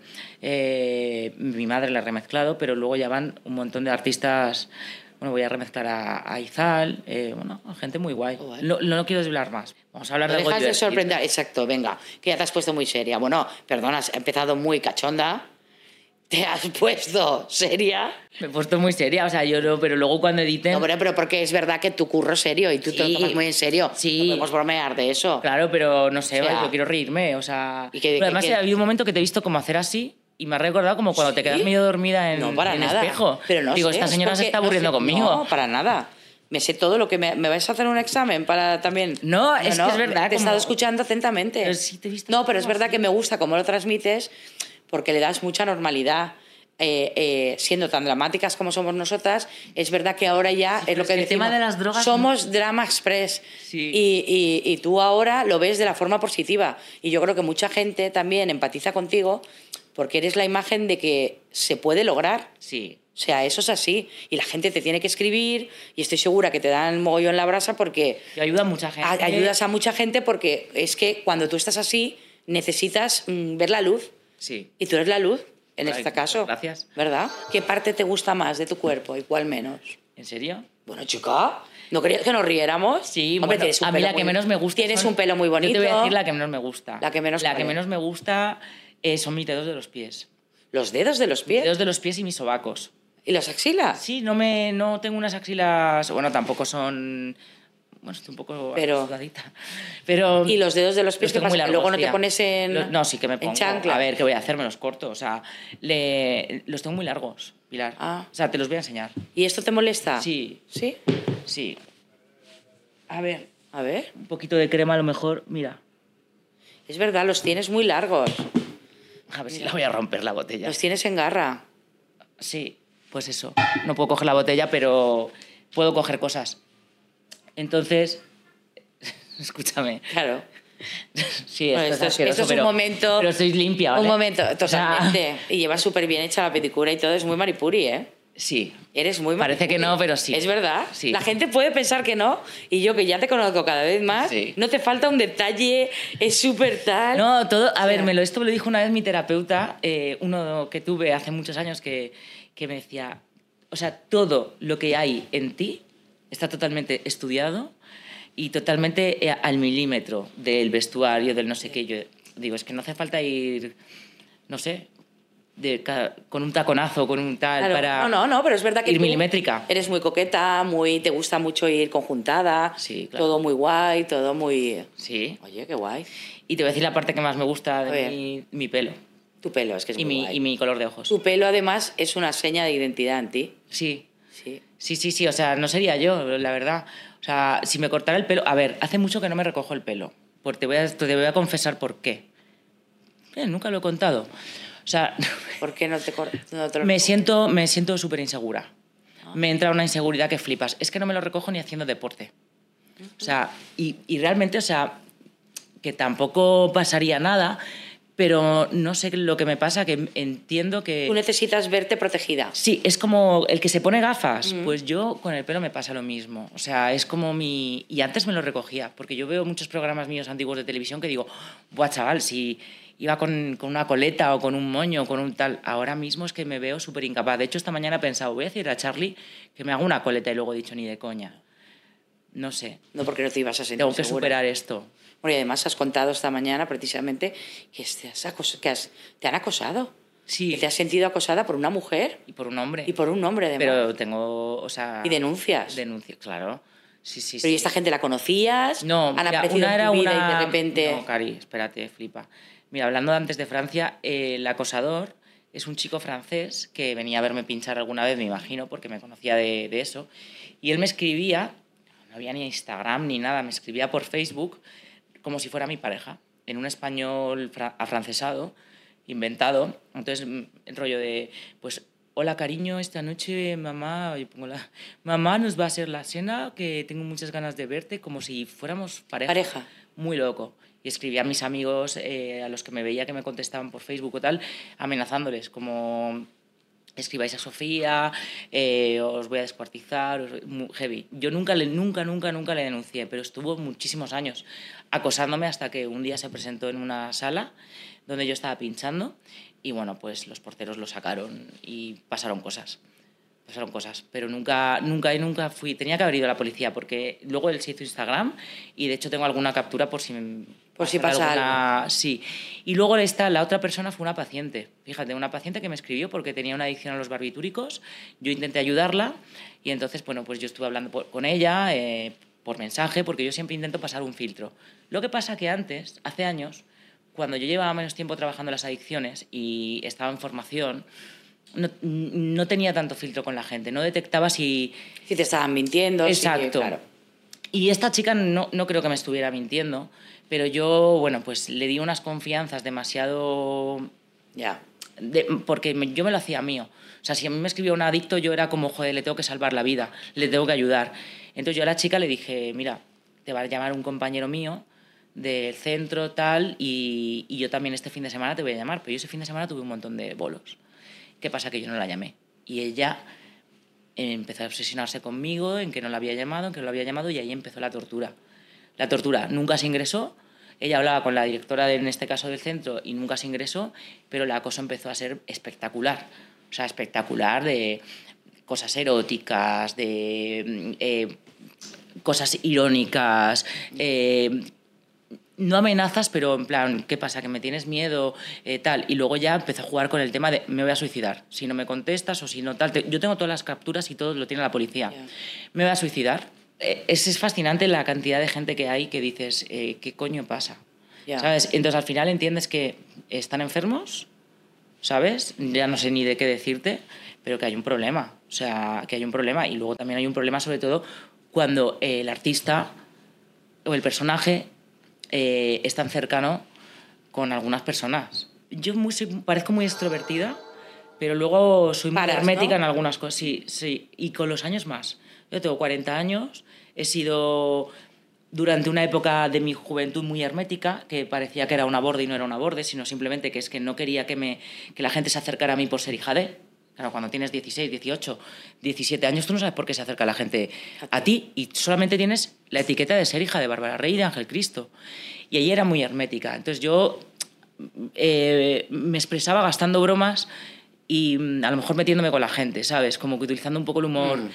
Eh, mi madre la ha remezclado, pero luego ya van un montón de artistas. Bueno, voy a remezclar a, a Izal, eh, bueno, a gente muy guay. Guay. No, no lo quiero desvelar más. Vamos a hablar de Te algo dejas de divertido. sorprender, exacto, venga, que ya te has puesto muy seria. Bueno, perdona, has empezado muy cachonda, te has *laughs* puesto seria. Me he puesto muy seria, o sea, yo no, pero luego cuando editen. No, hombre, pero porque es verdad que tu curro es serio y tú te Sí. lo tomas muy en serio. Sí. No podemos bromear de eso. Claro, pero no sé, O sea- yo quiero reírme, o sea... Y que- pero que- además que- ha habido un momento que te he visto como hacer así y me ha recordado como cuando te ¿Sí? quedas medio dormida en, no, para en nada. espejo. Pero no Digo, sé, esta es señora se porque está no aburriendo sé- conmigo. No, para nada. Me sé todo lo que me, me vais a hacer un examen para también. No, es que es verdad, Te como- he estado escuchando atentamente. Pero sí te he visto no, pero es como verdad así. que me gusta cómo lo transmites porque le das mucha normalidad. Eh, eh, siendo tan dramáticas como somos nosotras, es verdad que ahora ya Sí, es pero lo es que que el tema decimos, de las drogas- somos drama express Sí. y, y- y tú ahora lo ves de la forma positiva y yo creo que mucha gente también empatiza contigo porque eres la imagen de que se puede lograr Sí. o sea, eso es así. Y la gente te tiene que escribir y estoy segura que te dan mogollón la brasa porque Y ayuda a mucha gente. a- ayudas a mucha gente porque es que cuando tú estás así necesitas mm, ver la luz Sí. y tú eres la luz en Ay, este caso. gracias. ¿Verdad? ¿Qué parte te gusta más de tu cuerpo y cuál menos? ¿En serio? Bueno, chica, ¿no querías que nos riéramos? Sí, Hombre, bueno, tienes un a mí pelo la que muy- menos me gusta... Tienes son- un pelo muy bonito. Yo te voy a decir la que menos me gusta. La que menos La cuál que es. menos me gusta eh, son mis dedos de los pies. Los dedos de los Mis pies dedos de los pies y mis sobacos. y las axilas. Sí, no me no tengo unas axilas, bueno, tampoco son bueno, estoy un poco Pero- sudadita. Pero ¿Y los dedos de los pies qué tengo pasa? muy ¿Que largos, luego no te tía? pones en- Lo- No, sí que me en pongo. chancla? A ver, ¿qué voy a hacer? Me los corto, o sea, le- los tengo muy largos, Pilar. Ah. O sea, te los voy a enseñar. ¿Y esto te molesta? Sí, ¿Sí? sí. A ver, A ver. un poquito de crema a lo mejor, mira. Es verdad, los tienes muy largos. A ver si la voy a romper la botella. Los tienes en garra. Sí, pues eso. No puedo coger la botella, pero puedo coger cosas. Entonces, *laughs* escúchame. Claro. Sí, Bueno, esto, esto es, es- asqueroso, esto es un pero, momento- Pero sois limpia, ¿vale? Un momento, O sea, totalmente. Y llevas súper bien hecha la pedicura y todo. Es muy maripuri, ¿eh? sí. Eres muy Parece que maripuri. no, pero sí. Es verdad. Sí. La gente puede pensar que no. Y yo, que ya te conozco cada vez más, Sí. no te falta un detalle. Es súper tal. No, todo. A ver, sea- me lo, esto me lo dijo una vez mi terapeuta, eh, uno que tuve hace muchos años, que, que me decía: O sea, todo lo que hay en ti está totalmente estudiado y totalmente eh, al milímetro del vestuario, del no sé qué. Yo digo, es que no hace falta ir, no sé, de ca- con un taconazo, con un tal, Claro. para... no, no, no, pero es verdad que. ir tú milimétrica. Eres muy coqueta, muy, te gusta mucho ir conjuntada. Sí, claro. Todo muy guay, todo muy. Sí. Oye, qué guay. Y te voy a decir la parte que más me gusta A ver. de mi, mi pelo Tu pelo, es que es y muy mi, guay. y mi color de ojos. Tu pelo, además, es una seña de identidad en ti. Sí. Sí. Sí, sí, sí, o sea, no sería yo, la verdad. O sea, si me cortara el pelo... A ver, hace mucho que no me recojo el pelo. Porque te voy a, te voy a confesar por qué. Eh, nunca lo he contado. O sea, *laughs* ¿Por qué no te, cor- no te lo me siento me siento súper insegura. Me entra una inseguridad que flipas. Es que no me lo recojo ni haciendo deporte. O sea, y, y realmente, o sea, que tampoco pasaría nada, pero no sé lo que me pasa, que entiendo que... Tú necesitas verte protegida. Sí, es como el que se pone Mm. gafas. Pues yo con el pelo me pasa lo mismo. O sea, es como mi. Y antes me lo recogía, porque yo veo muchos programas míos antiguos de televisión que digo, buah, chaval, si iba con, con una coleta o con un moño o con un tal. Ahora mismo es que me veo súper incapaz. De hecho, esta mañana he pensado, voy a decir a Charlie que me haga una coleta y luego he dicho, ni de coña. No sé. No porque no te ibas a sentir Tengo que segura. superar esto. Bueno, y además has contado esta mañana precisamente que te, has acos- que has- te han acosado. Sí. Que te has sentido acosada por una mujer Y por un hombre. y por un hombre, además. Pero tengo. O sea. Y denuncias. Denuncio, claro. Sí, sí, Pero ¿y sí. esta gente la conocías? No, ¿Han mira, aparecido una en era tu vida una. y de repente...? No, Cari, espérate, flipa. Mira, hablando de antes de Francia, eh, el acosador es un chico francés que venía a verme pinchar alguna vez, me imagino, porque me conocía de, de eso. Y él me escribía, no había ni Instagram ni nada, me escribía por Facebook como si fuera mi pareja, en un español fra- afrancesado, inventado. Entonces, mm, el rollo de, pues, hola cariño, esta noche mamá, yo pongo la, mamá nos va a hacer la cena, que tengo muchas ganas de verte, como si fuéramos pareja. Pareja. Muy loco. Y escribía a mis amigos, eh, a los que me veía que me contestaban por Facebook o tal, amenazándoles, como escribáis a Sofía, eh, os voy a descuartizar, os- mu- heavy. Yo nunca, le, nunca, nunca, nunca le denuncié, pero estuvo muchísimos años acosándome hasta que un día se presentó en una sala donde yo estaba pinchando y bueno, pues los porteros lo sacaron y pasaron cosas. Pasaron cosas, pero nunca, nunca y nunca fui. Tenía que haber ido a la policía porque luego él se hizo Instagram y de hecho tengo alguna captura por si Por si pasara pasa alguna- Ah, sí. Y luego está, la otra persona fue una paciente. Fíjate, una paciente que me escribió porque tenía una adicción a los barbitúricos. Yo intenté ayudarla y entonces, bueno, pues yo estuve hablando por- con ella eh, por mensaje porque yo siempre intento pasar un filtro. Lo que pasa que antes, hace años, cuando yo llevaba menos tiempo trabajando las adicciones y estaba en formación, no, no tenía tanto filtro con la gente. No detectaba si, Si te estaban mintiendo. si que- Exacto. claro. y esta chica no, no creo que me estuviera mintiendo, pero yo, bueno, pues le di unas confianzas demasiado... Ya. de- porque me- yo me lo hacía mío. O sea, si a mí me escribía un adicto, yo era como, joder, le tengo que salvar la vida, le tengo que ayudar. Entonces yo a la chica le dije, mira, te va a llamar un compañero mío del centro, tal, y, y yo también este fin de semana te voy a llamar. Pero yo ese fin de semana tuve un montón de bolos. ¿Qué pasa? Que yo no la llamé. Y ella empezó a obsesionarse conmigo, en que no la había llamado, en que no la había llamado, y ahí empezó la tortura. La tortura nunca se ingresó, ella hablaba con la directora, de- en este caso del centro, y nunca se ingresó, pero el acoso empezó a ser espectacular. O sea, espectacular de cosas eróticas, de mm, eh, cosas irónicas, eh, no amenazas, pero en plan, ¿qué pasa? ¿Que me tienes miedo? Eh, tal. Y luego ya empezó a jugar con el tema de me voy a suicidar. Si no me contestas o si no tal. te- yo tengo todas las capturas y todo lo tiene la policía. Ya. Me voy a suicidar. Eh, es, es fascinante la cantidad de gente que hay que dices, eh, ¿qué coño pasa? Ya. ¿Sabes? Entonces al final entiendes que están enfermos, ¿sabes? Ya no sé ni de qué decirte, pero que hay un problema. O sea, que hay un problema. Y luego también hay un problema, sobre todo, cuando eh, el artista o el personaje eh, es tan cercano con algunas personas. Yo muy, soy- parezco muy extrovertida, pero luego soy muy Paras, hermética en ¿no? algunas cosas. Sí, sí. Y con los años más. Yo tengo 40 años, he sido durante una época de mi juventud muy hermética, que parecía que era una borde y no era una borde, sino simplemente que es que no quería que, me, que la gente se acercara a mí por ser hija de. Claro, cuando tienes 16, 18, 17 años, tú no sabes por qué se acerca la gente a ti y solamente tienes la etiqueta de ser hija de Bárbara Rey y de Ángel Cristo. Y ahí era muy hermética. Entonces yo eh, me expresaba gastando bromas y mm, a lo mejor metiéndome con la gente, ¿sabes? Como que utilizando un poco el humor. Mm.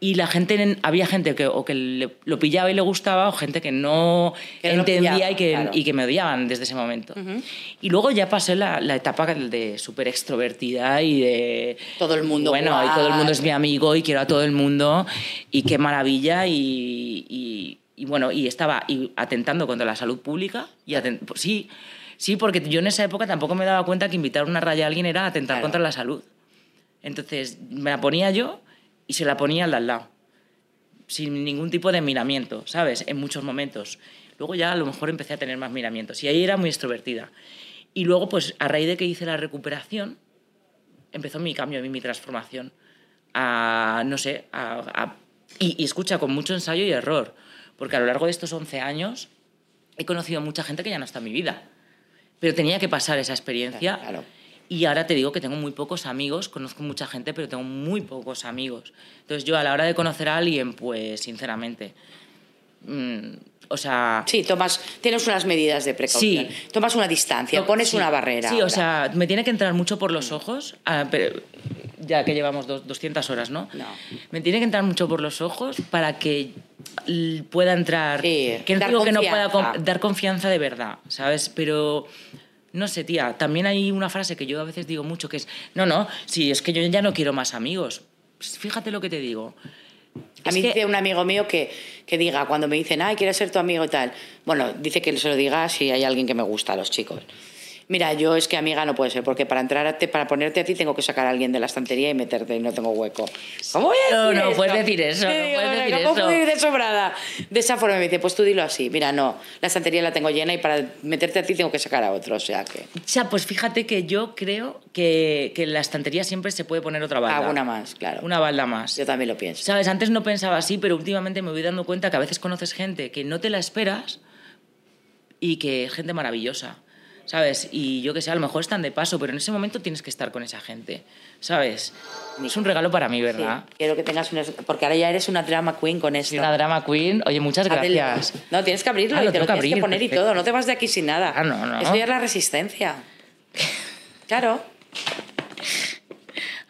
Y la gente, en- había gente que o que le- lo pillaba y le gustaba, o gente que no Que no lo entendía pillaba, y, que, claro. y que me odiaban desde ese momento. Y luego ya pasé la, la etapa de súper extrovertida y de... Todo el mundo, Bueno, y guau. todo el mundo es mi amigo y quiero a todo el mundo y qué maravilla y, y- y bueno, y estaba y atentando contra la salud pública y aten- pues sí, sí, porque yo en esa época tampoco me daba cuenta que invitar una raya a alguien era atentar Claro. contra la salud. Entonces me la ponía yo y se la ponía al de al lado, sin ningún tipo de miramiento, ¿sabes? En muchos momentos. Luego ya a lo mejor empecé a tener más miramientos y ahí era muy extrovertida. Y luego, pues a raíz de que hice la recuperación, empezó mi cambio, mi, mi transformación. A, no sé, a, a- y, y escucha, con mucho ensayo y error, porque a lo largo de estos 11 años he conocido mucha gente que ya no está en mi vida, pero tenía que pasar esa experiencia. Claro. Y ahora te digo que tengo muy pocos amigos, conozco mucha gente, pero tengo muy pocos amigos. Entonces yo a la hora de conocer a alguien, pues sinceramente, mm, o sea, Sí, tomas, tienes unas medidas de precaución. Sí. Tomas una distancia, No, pones sí. una barrera. Sí, o ahora. sea, me tiene que entrar mucho por los ojos, ah, pero ya que llevamos dos- 200 horas, ¿no? No. Me tiene que entrar mucho por los ojos para que l- pueda entrar... Sí, que no dar digo que no pueda confianza. con- dar confianza de verdad, ¿sabes? Pero... No sé, tía, también hay una frase que yo a veces digo mucho que es, no, no, si es que yo ya no quiero más amigos. Pues fíjate lo que te digo. A Es mí que- dice un amigo mío que, que diga, cuando me dicen, ay, quiero ser tu amigo y tal, bueno, dice que se lo diga si hay alguien que me gusta a los chicos. Mira, yo es que amiga no puede ser, porque para entrar a te- para ponerte a ti tengo que sacar a alguien de la estantería y meterte y no tengo hueco. ¿Cómo voy a No, decir no esto? puedes decir eso, Y no puedes "Bueno, decir ¿Cómo eso". puedo ir de sobrada? De esa forma me dice, pues tú dilo así. Mira, no, la estantería la tengo llena y para meterte a ti tengo que sacar a otro, o sea que... O sea, pues fíjate que yo creo que, que en la estantería siempre se puede poner otra balda. Alguna Ah, más, claro. Una balda más. Yo también lo pienso. Sabes, antes no pensaba así, pero últimamente me voy dando cuenta que a veces conoces gente que no te la esperas y que es gente maravillosa, ¿sabes? Y yo que sé, a lo mejor están de paso, pero en ese momento tienes que estar con esa gente, ¿sabes? Es un regalo para mí, Sí, ¿verdad? quiero que tengas una... Porque ahora ya eres una drama queen con esto. Soy una drama queen. Oye, muchas Ábrelo. gracias. No, tienes que abrirlo Ah, y lo te lo tengo tienes que que abrir, poner y perfecto. todo. No te vas de aquí sin nada. Ah, no, no. Esto ya es *laughs* la resistencia. Claro.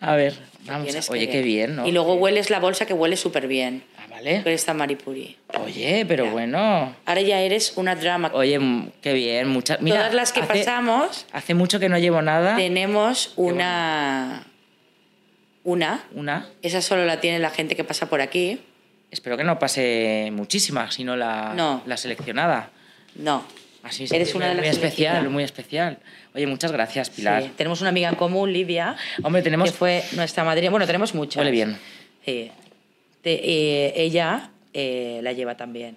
A ver, vamos. tienes a- Oye, que- qué bien, ¿no? Y luego hueles la bolsa que huele súper bien. Ah, Pero vale. está Maripuri. Oye, pero Ya. bueno. Ahora ya eres una drama. Oye, mm, qué bien. Muchas. Mira, Todas las que hace- Ah. pasamos Hace mucho que no llevo nada. tenemos una... Una. Una. Esa solo la tiene la gente que pasa por aquí. Espero que no pase muchísima, sino la, No. la seleccionada. No. Así Eres sí, una de muy las especial, elegidas. muy especial. Oye, muchas gracias, Pilar. Sí. Tenemos una amiga en común, Livia. Hombre, tenemos- Que fue nuestra madrina. Bueno, tenemos muchas. Huele bien. Sí. Te- eh, ella eh, la lleva también.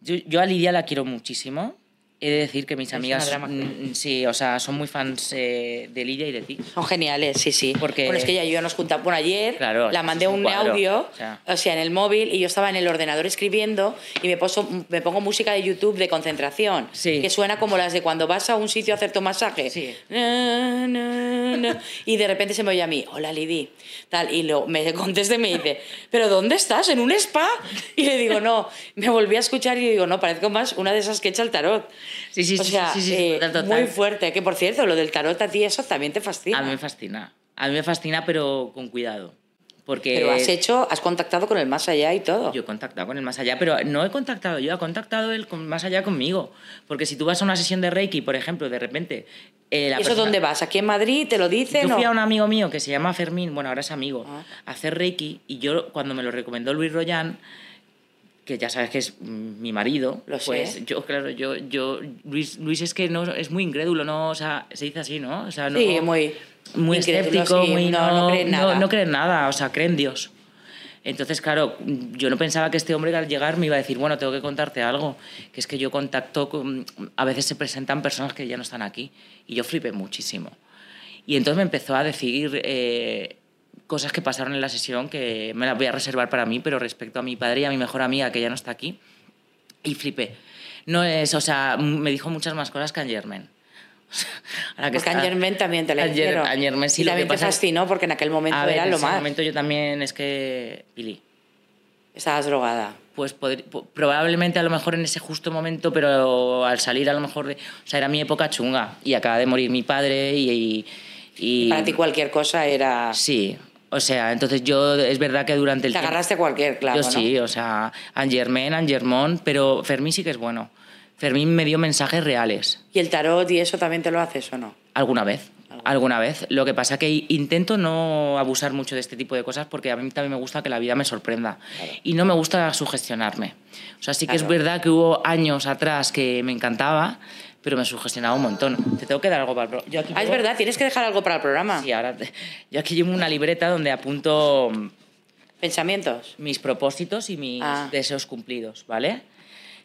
Yo, yo a Lidia la quiero muchísimo. He de decir que mis una amigas, drama queen. mm, sí, o sea, son muy fans eh, de Lidia y de ti. Son geniales, sí, sí. Porque- Bueno, es que ella y yo nos juntamos. Bueno, ayer Claro, la es mandé un un, cuadro, audio, o sea. o sea, en el móvil, y yo estaba en el ordenador escribiendo y me, poso- me pongo música de YouTube de concentración, Sí. que suena como las de cuando vas a un sitio a hacerte un masaje. Sí. Na, na, na. y de repente se me oye a mí, hola Lidi, tal, y lo, me contesta y me dice, ¿pero dónde estás? ¿En un spa? Y le digo, no, me volví a escuchar y le digo, no, parezco más una de esas que echa el tarot. Sí, sí, o sí, sea, sí, sí, eh, total, total. muy fuerte, que por cierto, lo del tarot a ti eso también te fascina. A mí me fascina. A mí me fascina, pero con cuidado. Porque Pero has hecho, has contactado con el más allá y todo. Yo he contactado con el más allá, pero no he contactado yo, ha contactado el con- más allá conmigo. Porque si tú vas a una sesión de Reiki, por ejemplo, de repente... eh, la ¿Y eso persona- dónde vas? ¿Aquí en Madrid? ¿Te lo dicen? Yo fui o- a un amigo mío que se llama Fermín, bueno, ahora es amigo, Ah. a hacer Reiki y yo cuando me lo recomendó Luis Royán, que ya sabes que es mm, mi marido, Lo sé. pues yo, claro, yo, yo, Luis, Luis es que no, es muy incrédulo, ¿no? O sea, se dice así, ¿no? O sea, no, Sí, muy muy incrédulo, escéptico, sí, muy no- no cree en nada. no cree en nada, o sea, cree en Dios. Entonces, claro, yo no pensaba que este hombre al llegar me iba a decir, bueno, tengo que contarte algo, que es que yo contacto con... A veces se presentan personas que ya no están aquí y yo flipé muchísimo. Y entonces me empezó a decir eh, cosas que pasaron en la sesión que me las voy a reservar para mí, pero respecto a mi padre y a mi mejor amiga, que ya no está aquí, y flipé. No es, o sea, m- me dijo muchas más cosas que Anne *laughs* Germain. Ahora Porque está- Anne Germain también te la Anne Ger- hicieron. Anne Germain, sí, y lo también que te pasa es- fascinó porque en aquel momento A ver, era en lo ese más. momento yo también es que, Pili, Estabas drogada. pues podr- po- probablemente a lo mejor en ese justo momento, pero al salir a lo mejor de... O sea, era mi época chunga y acaba de morir mi padre y... y- Y, Para ti cualquier cosa era... Sí, o sea, entonces yo es verdad que durante el Te tiempo- agarraste a cualquier, claro. yo ¿no? sí, o sea, Angermén, Angermón, pero Fermín sí que es bueno. Fermín me dio mensajes reales. ¿Y el tarot y eso también te lo haces o no? Alguna vez, alguna vez. Lo que pasa que intento no abusar mucho de este tipo de cosas porque a mí también me gusta que la vida me sorprenda y no me gusta sugestionarme. O sea, sí que es Claro. verdad que hubo años atrás que me encantaba, pero me sugestionaba un montón. Te tengo que dar algo para el pro- yo aquí Ah, es llevo- verdad, tienes que dejar algo para el programa. Sí, ahora te- yo aquí llevo una libreta donde apunto Pensamientos. mis propósitos y mis Ah. deseos cumplidos, ¿vale?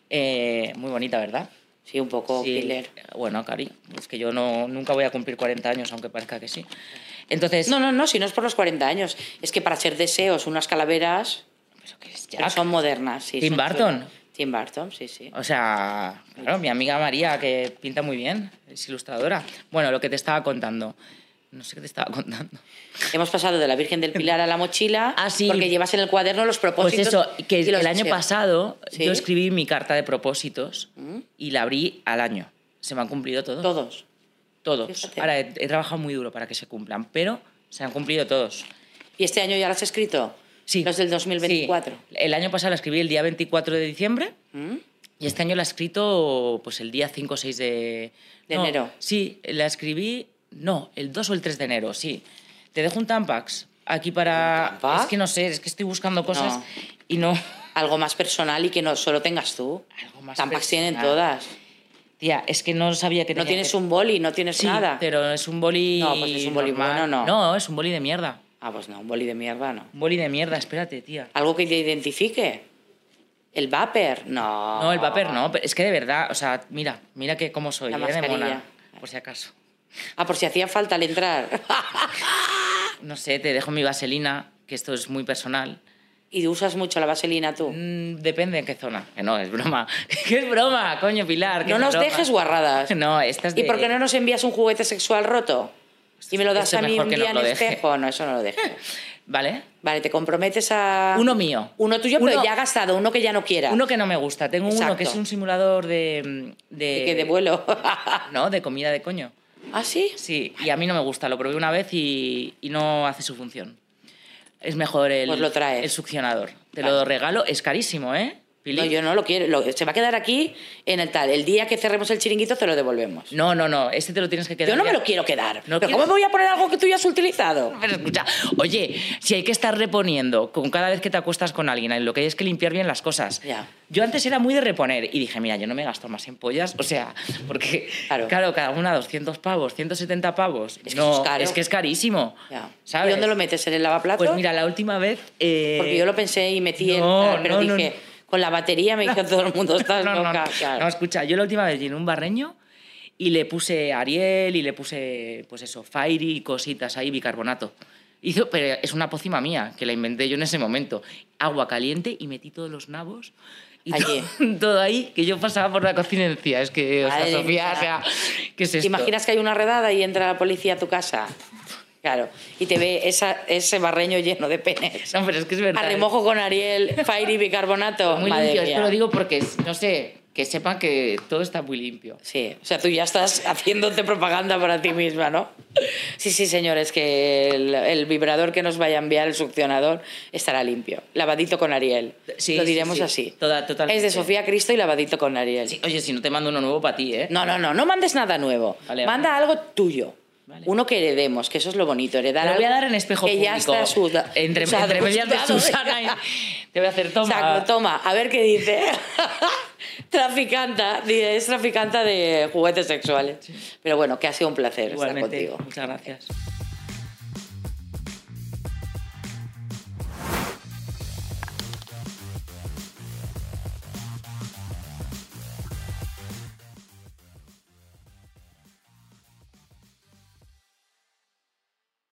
Eh, muy bonita, ¿verdad? Sí, un poco Sí. killer. Bueno, Cari, es que yo no, nunca voy a cumplir 40 años, aunque parezca que sí. Entonces, No, no, no, si no es por los 40 años. Es que para ser deseos, unas calaveras ¿Pero qué es pero Jack? son modernas. Sí, Tim son Burton. chulas. Tim Burton, sí, sí. O sea, claro, mi amiga María, que pinta muy bien, es ilustradora. Bueno, lo que te estaba contando. No sé qué te estaba contando. Hemos pasado de la Virgen del Pilar a la mochila Ah, sí. porque llevas en el cuaderno los Pues propósitos. eso, que y el los año deseos. pasado ¿Sí? yo escribí mi carta de propósitos y la abrí al año. Se me han cumplido todos. Todos. todos. fíjate. Ahora he, he trabajado muy duro para que se cumplan, pero se han cumplido todos. ¿Y este año ya lo has escrito? Sí. Los del 2024. Sí. El año pasado la escribí el día 24 de diciembre. ¿Mm? Y este año la he escrito pues el día 5 o 6 de, De No, enero. Sí, la escribí, no, el 2 o el 3 de enero, sí. Te dejo un Tampax aquí para... ¿Un Tampax? Es que no sé, es que estoy buscando cosas No. y no... Algo más personal y que no solo tengas tú. Algo más Tampas personal. tienen todas. Tía, es que no sabía que No tenía tienes que- un boli, no tienes Sí, nada. pero es un boli... No, pues es un boli normal. bueno, no. No, es un boli de mierda. Ah, pues no, un boli de mierda no. Un boli de mierda, espérate, tía. Algo que te identifique. El vapor, no. No, el vapor no, pero es que de verdad, o sea, mira, mira que cómo soy, La eh, de mona, mascarilla. por si acaso. Ah, por si hacía falta al *laughs* entrar. No sé, te dejo mi vaselina, que esto es muy personal. ¿Y usas mucho la vaselina tú? Mm, depende en qué zona. Que no, es broma. *laughs* que es broma, coño, Pilar. que No es nos broma. dejes guarradas. *laughs* No, estas ¿Y por qué no nos envías un juguete sexual roto? Y me lo das Esto a Este es mí mejor un que día nos lo en deje. espejo. No, eso *laughs* no lo dejes. ¿Vale? Vale, te comprometes a... Uno mío. Uno tuyo, pero Uno- ya gastado. Uno que ya no quiera. Uno que no me gusta. Tengo uno Exacto. que es un simulador de... mm, De, De que de vuelo. *laughs* ¿Ah, *laughs* No, de comida de coño. sí? Sí, y a mí no me gusta. Lo probé una vez y, y no hace su función. Es mejor el, Pues lo traes. el succionador. Te Vale. lo regalo. Es carísimo, ¿eh? Pili? No, yo no lo quiero. Lo- se va a quedar aquí en el tal. El día que cerremos el chiringuito te lo devolvemos. no, no, no. Este te lo tienes que quedar. Yo no me ya. lo quiero quedar. No ¿Pero quieres- cómo me voy a poner algo que tú ya has utilizado? Pero escucha, oye, si hay que estar reponiendo con cada vez que te acuestas con alguien, en lo que hay es que limpiar bien las cosas. Ya. Yo antes era muy de reponer y dije, mira, yo no me gasto más en pollas, o sea, porque Claro. claro, cada una 200 pavos, 170 pavos. Es que no, eso es caro. es que es carísimo. Ya. ¿sabes? ¿Y dónde lo metes? ¿En el lavaplatos? Pues mira, la última vez. eh, Porque yo lo pensé y metí no, el tal, pero no, no, dije, con la batería me *laughs* dijo todo el mundo, estás no, no, loca. no. claro. No, escucha, yo la última vez llené un barreño y le puse Ariel y le puse, pues eso, Fairy y cositas ahí, bicarbonato. Hizo, pero es una pócima mía, que la inventé yo en ese momento. Agua caliente y metí todos los nabos y Allí. todo, *laughs* todo ahí, que yo pasaba por la cocina y decía, es que, o sea, Madre Sofía, mía. o sea, ¿qué es ¿Te esto? *laughs* imaginas que hay una redada y entra la policía a tu casa? Claro, y te ve esa, ese barreño lleno de penes. No, pero es que es verdad. ¿eh? A remojo con Ariel, Fairy, bicarbonato. Muy Madre limpio, mía. esto lo digo porque, no sé, que sepan que todo está muy limpio. Sí, o sea, tú ya estás haciéndote propaganda para ti misma, ¿no? Sí, sí, señores, que el, el vibrador que nos vaya a enviar el succionador estará limpio. Lavadito con Ariel. Sí, lo sí, diremos sí. así. Toda- totalmente. Es de Sofía Cristo y lavadito con Ariel. Sí, Oye, si no te mando uno nuevo para ti, ¿eh? No, no, no, no mandes nada nuevo. Vale, Manda algo tuyo. Vale. Uno que heredemos, que eso es lo bonito, heredar Lo voy a algo dar en espejo que ya público. está suda- *laughs* entre, usado, entre medias de usado. *laughs* Susana y... Te voy a hacer toma. Saco, toma, a ver qué dice. *laughs* traficanta, dice, es traficanta de juguetes sexuales. Pero bueno, que ha sido un placer Igualmente. estar contigo. Muchas gracias.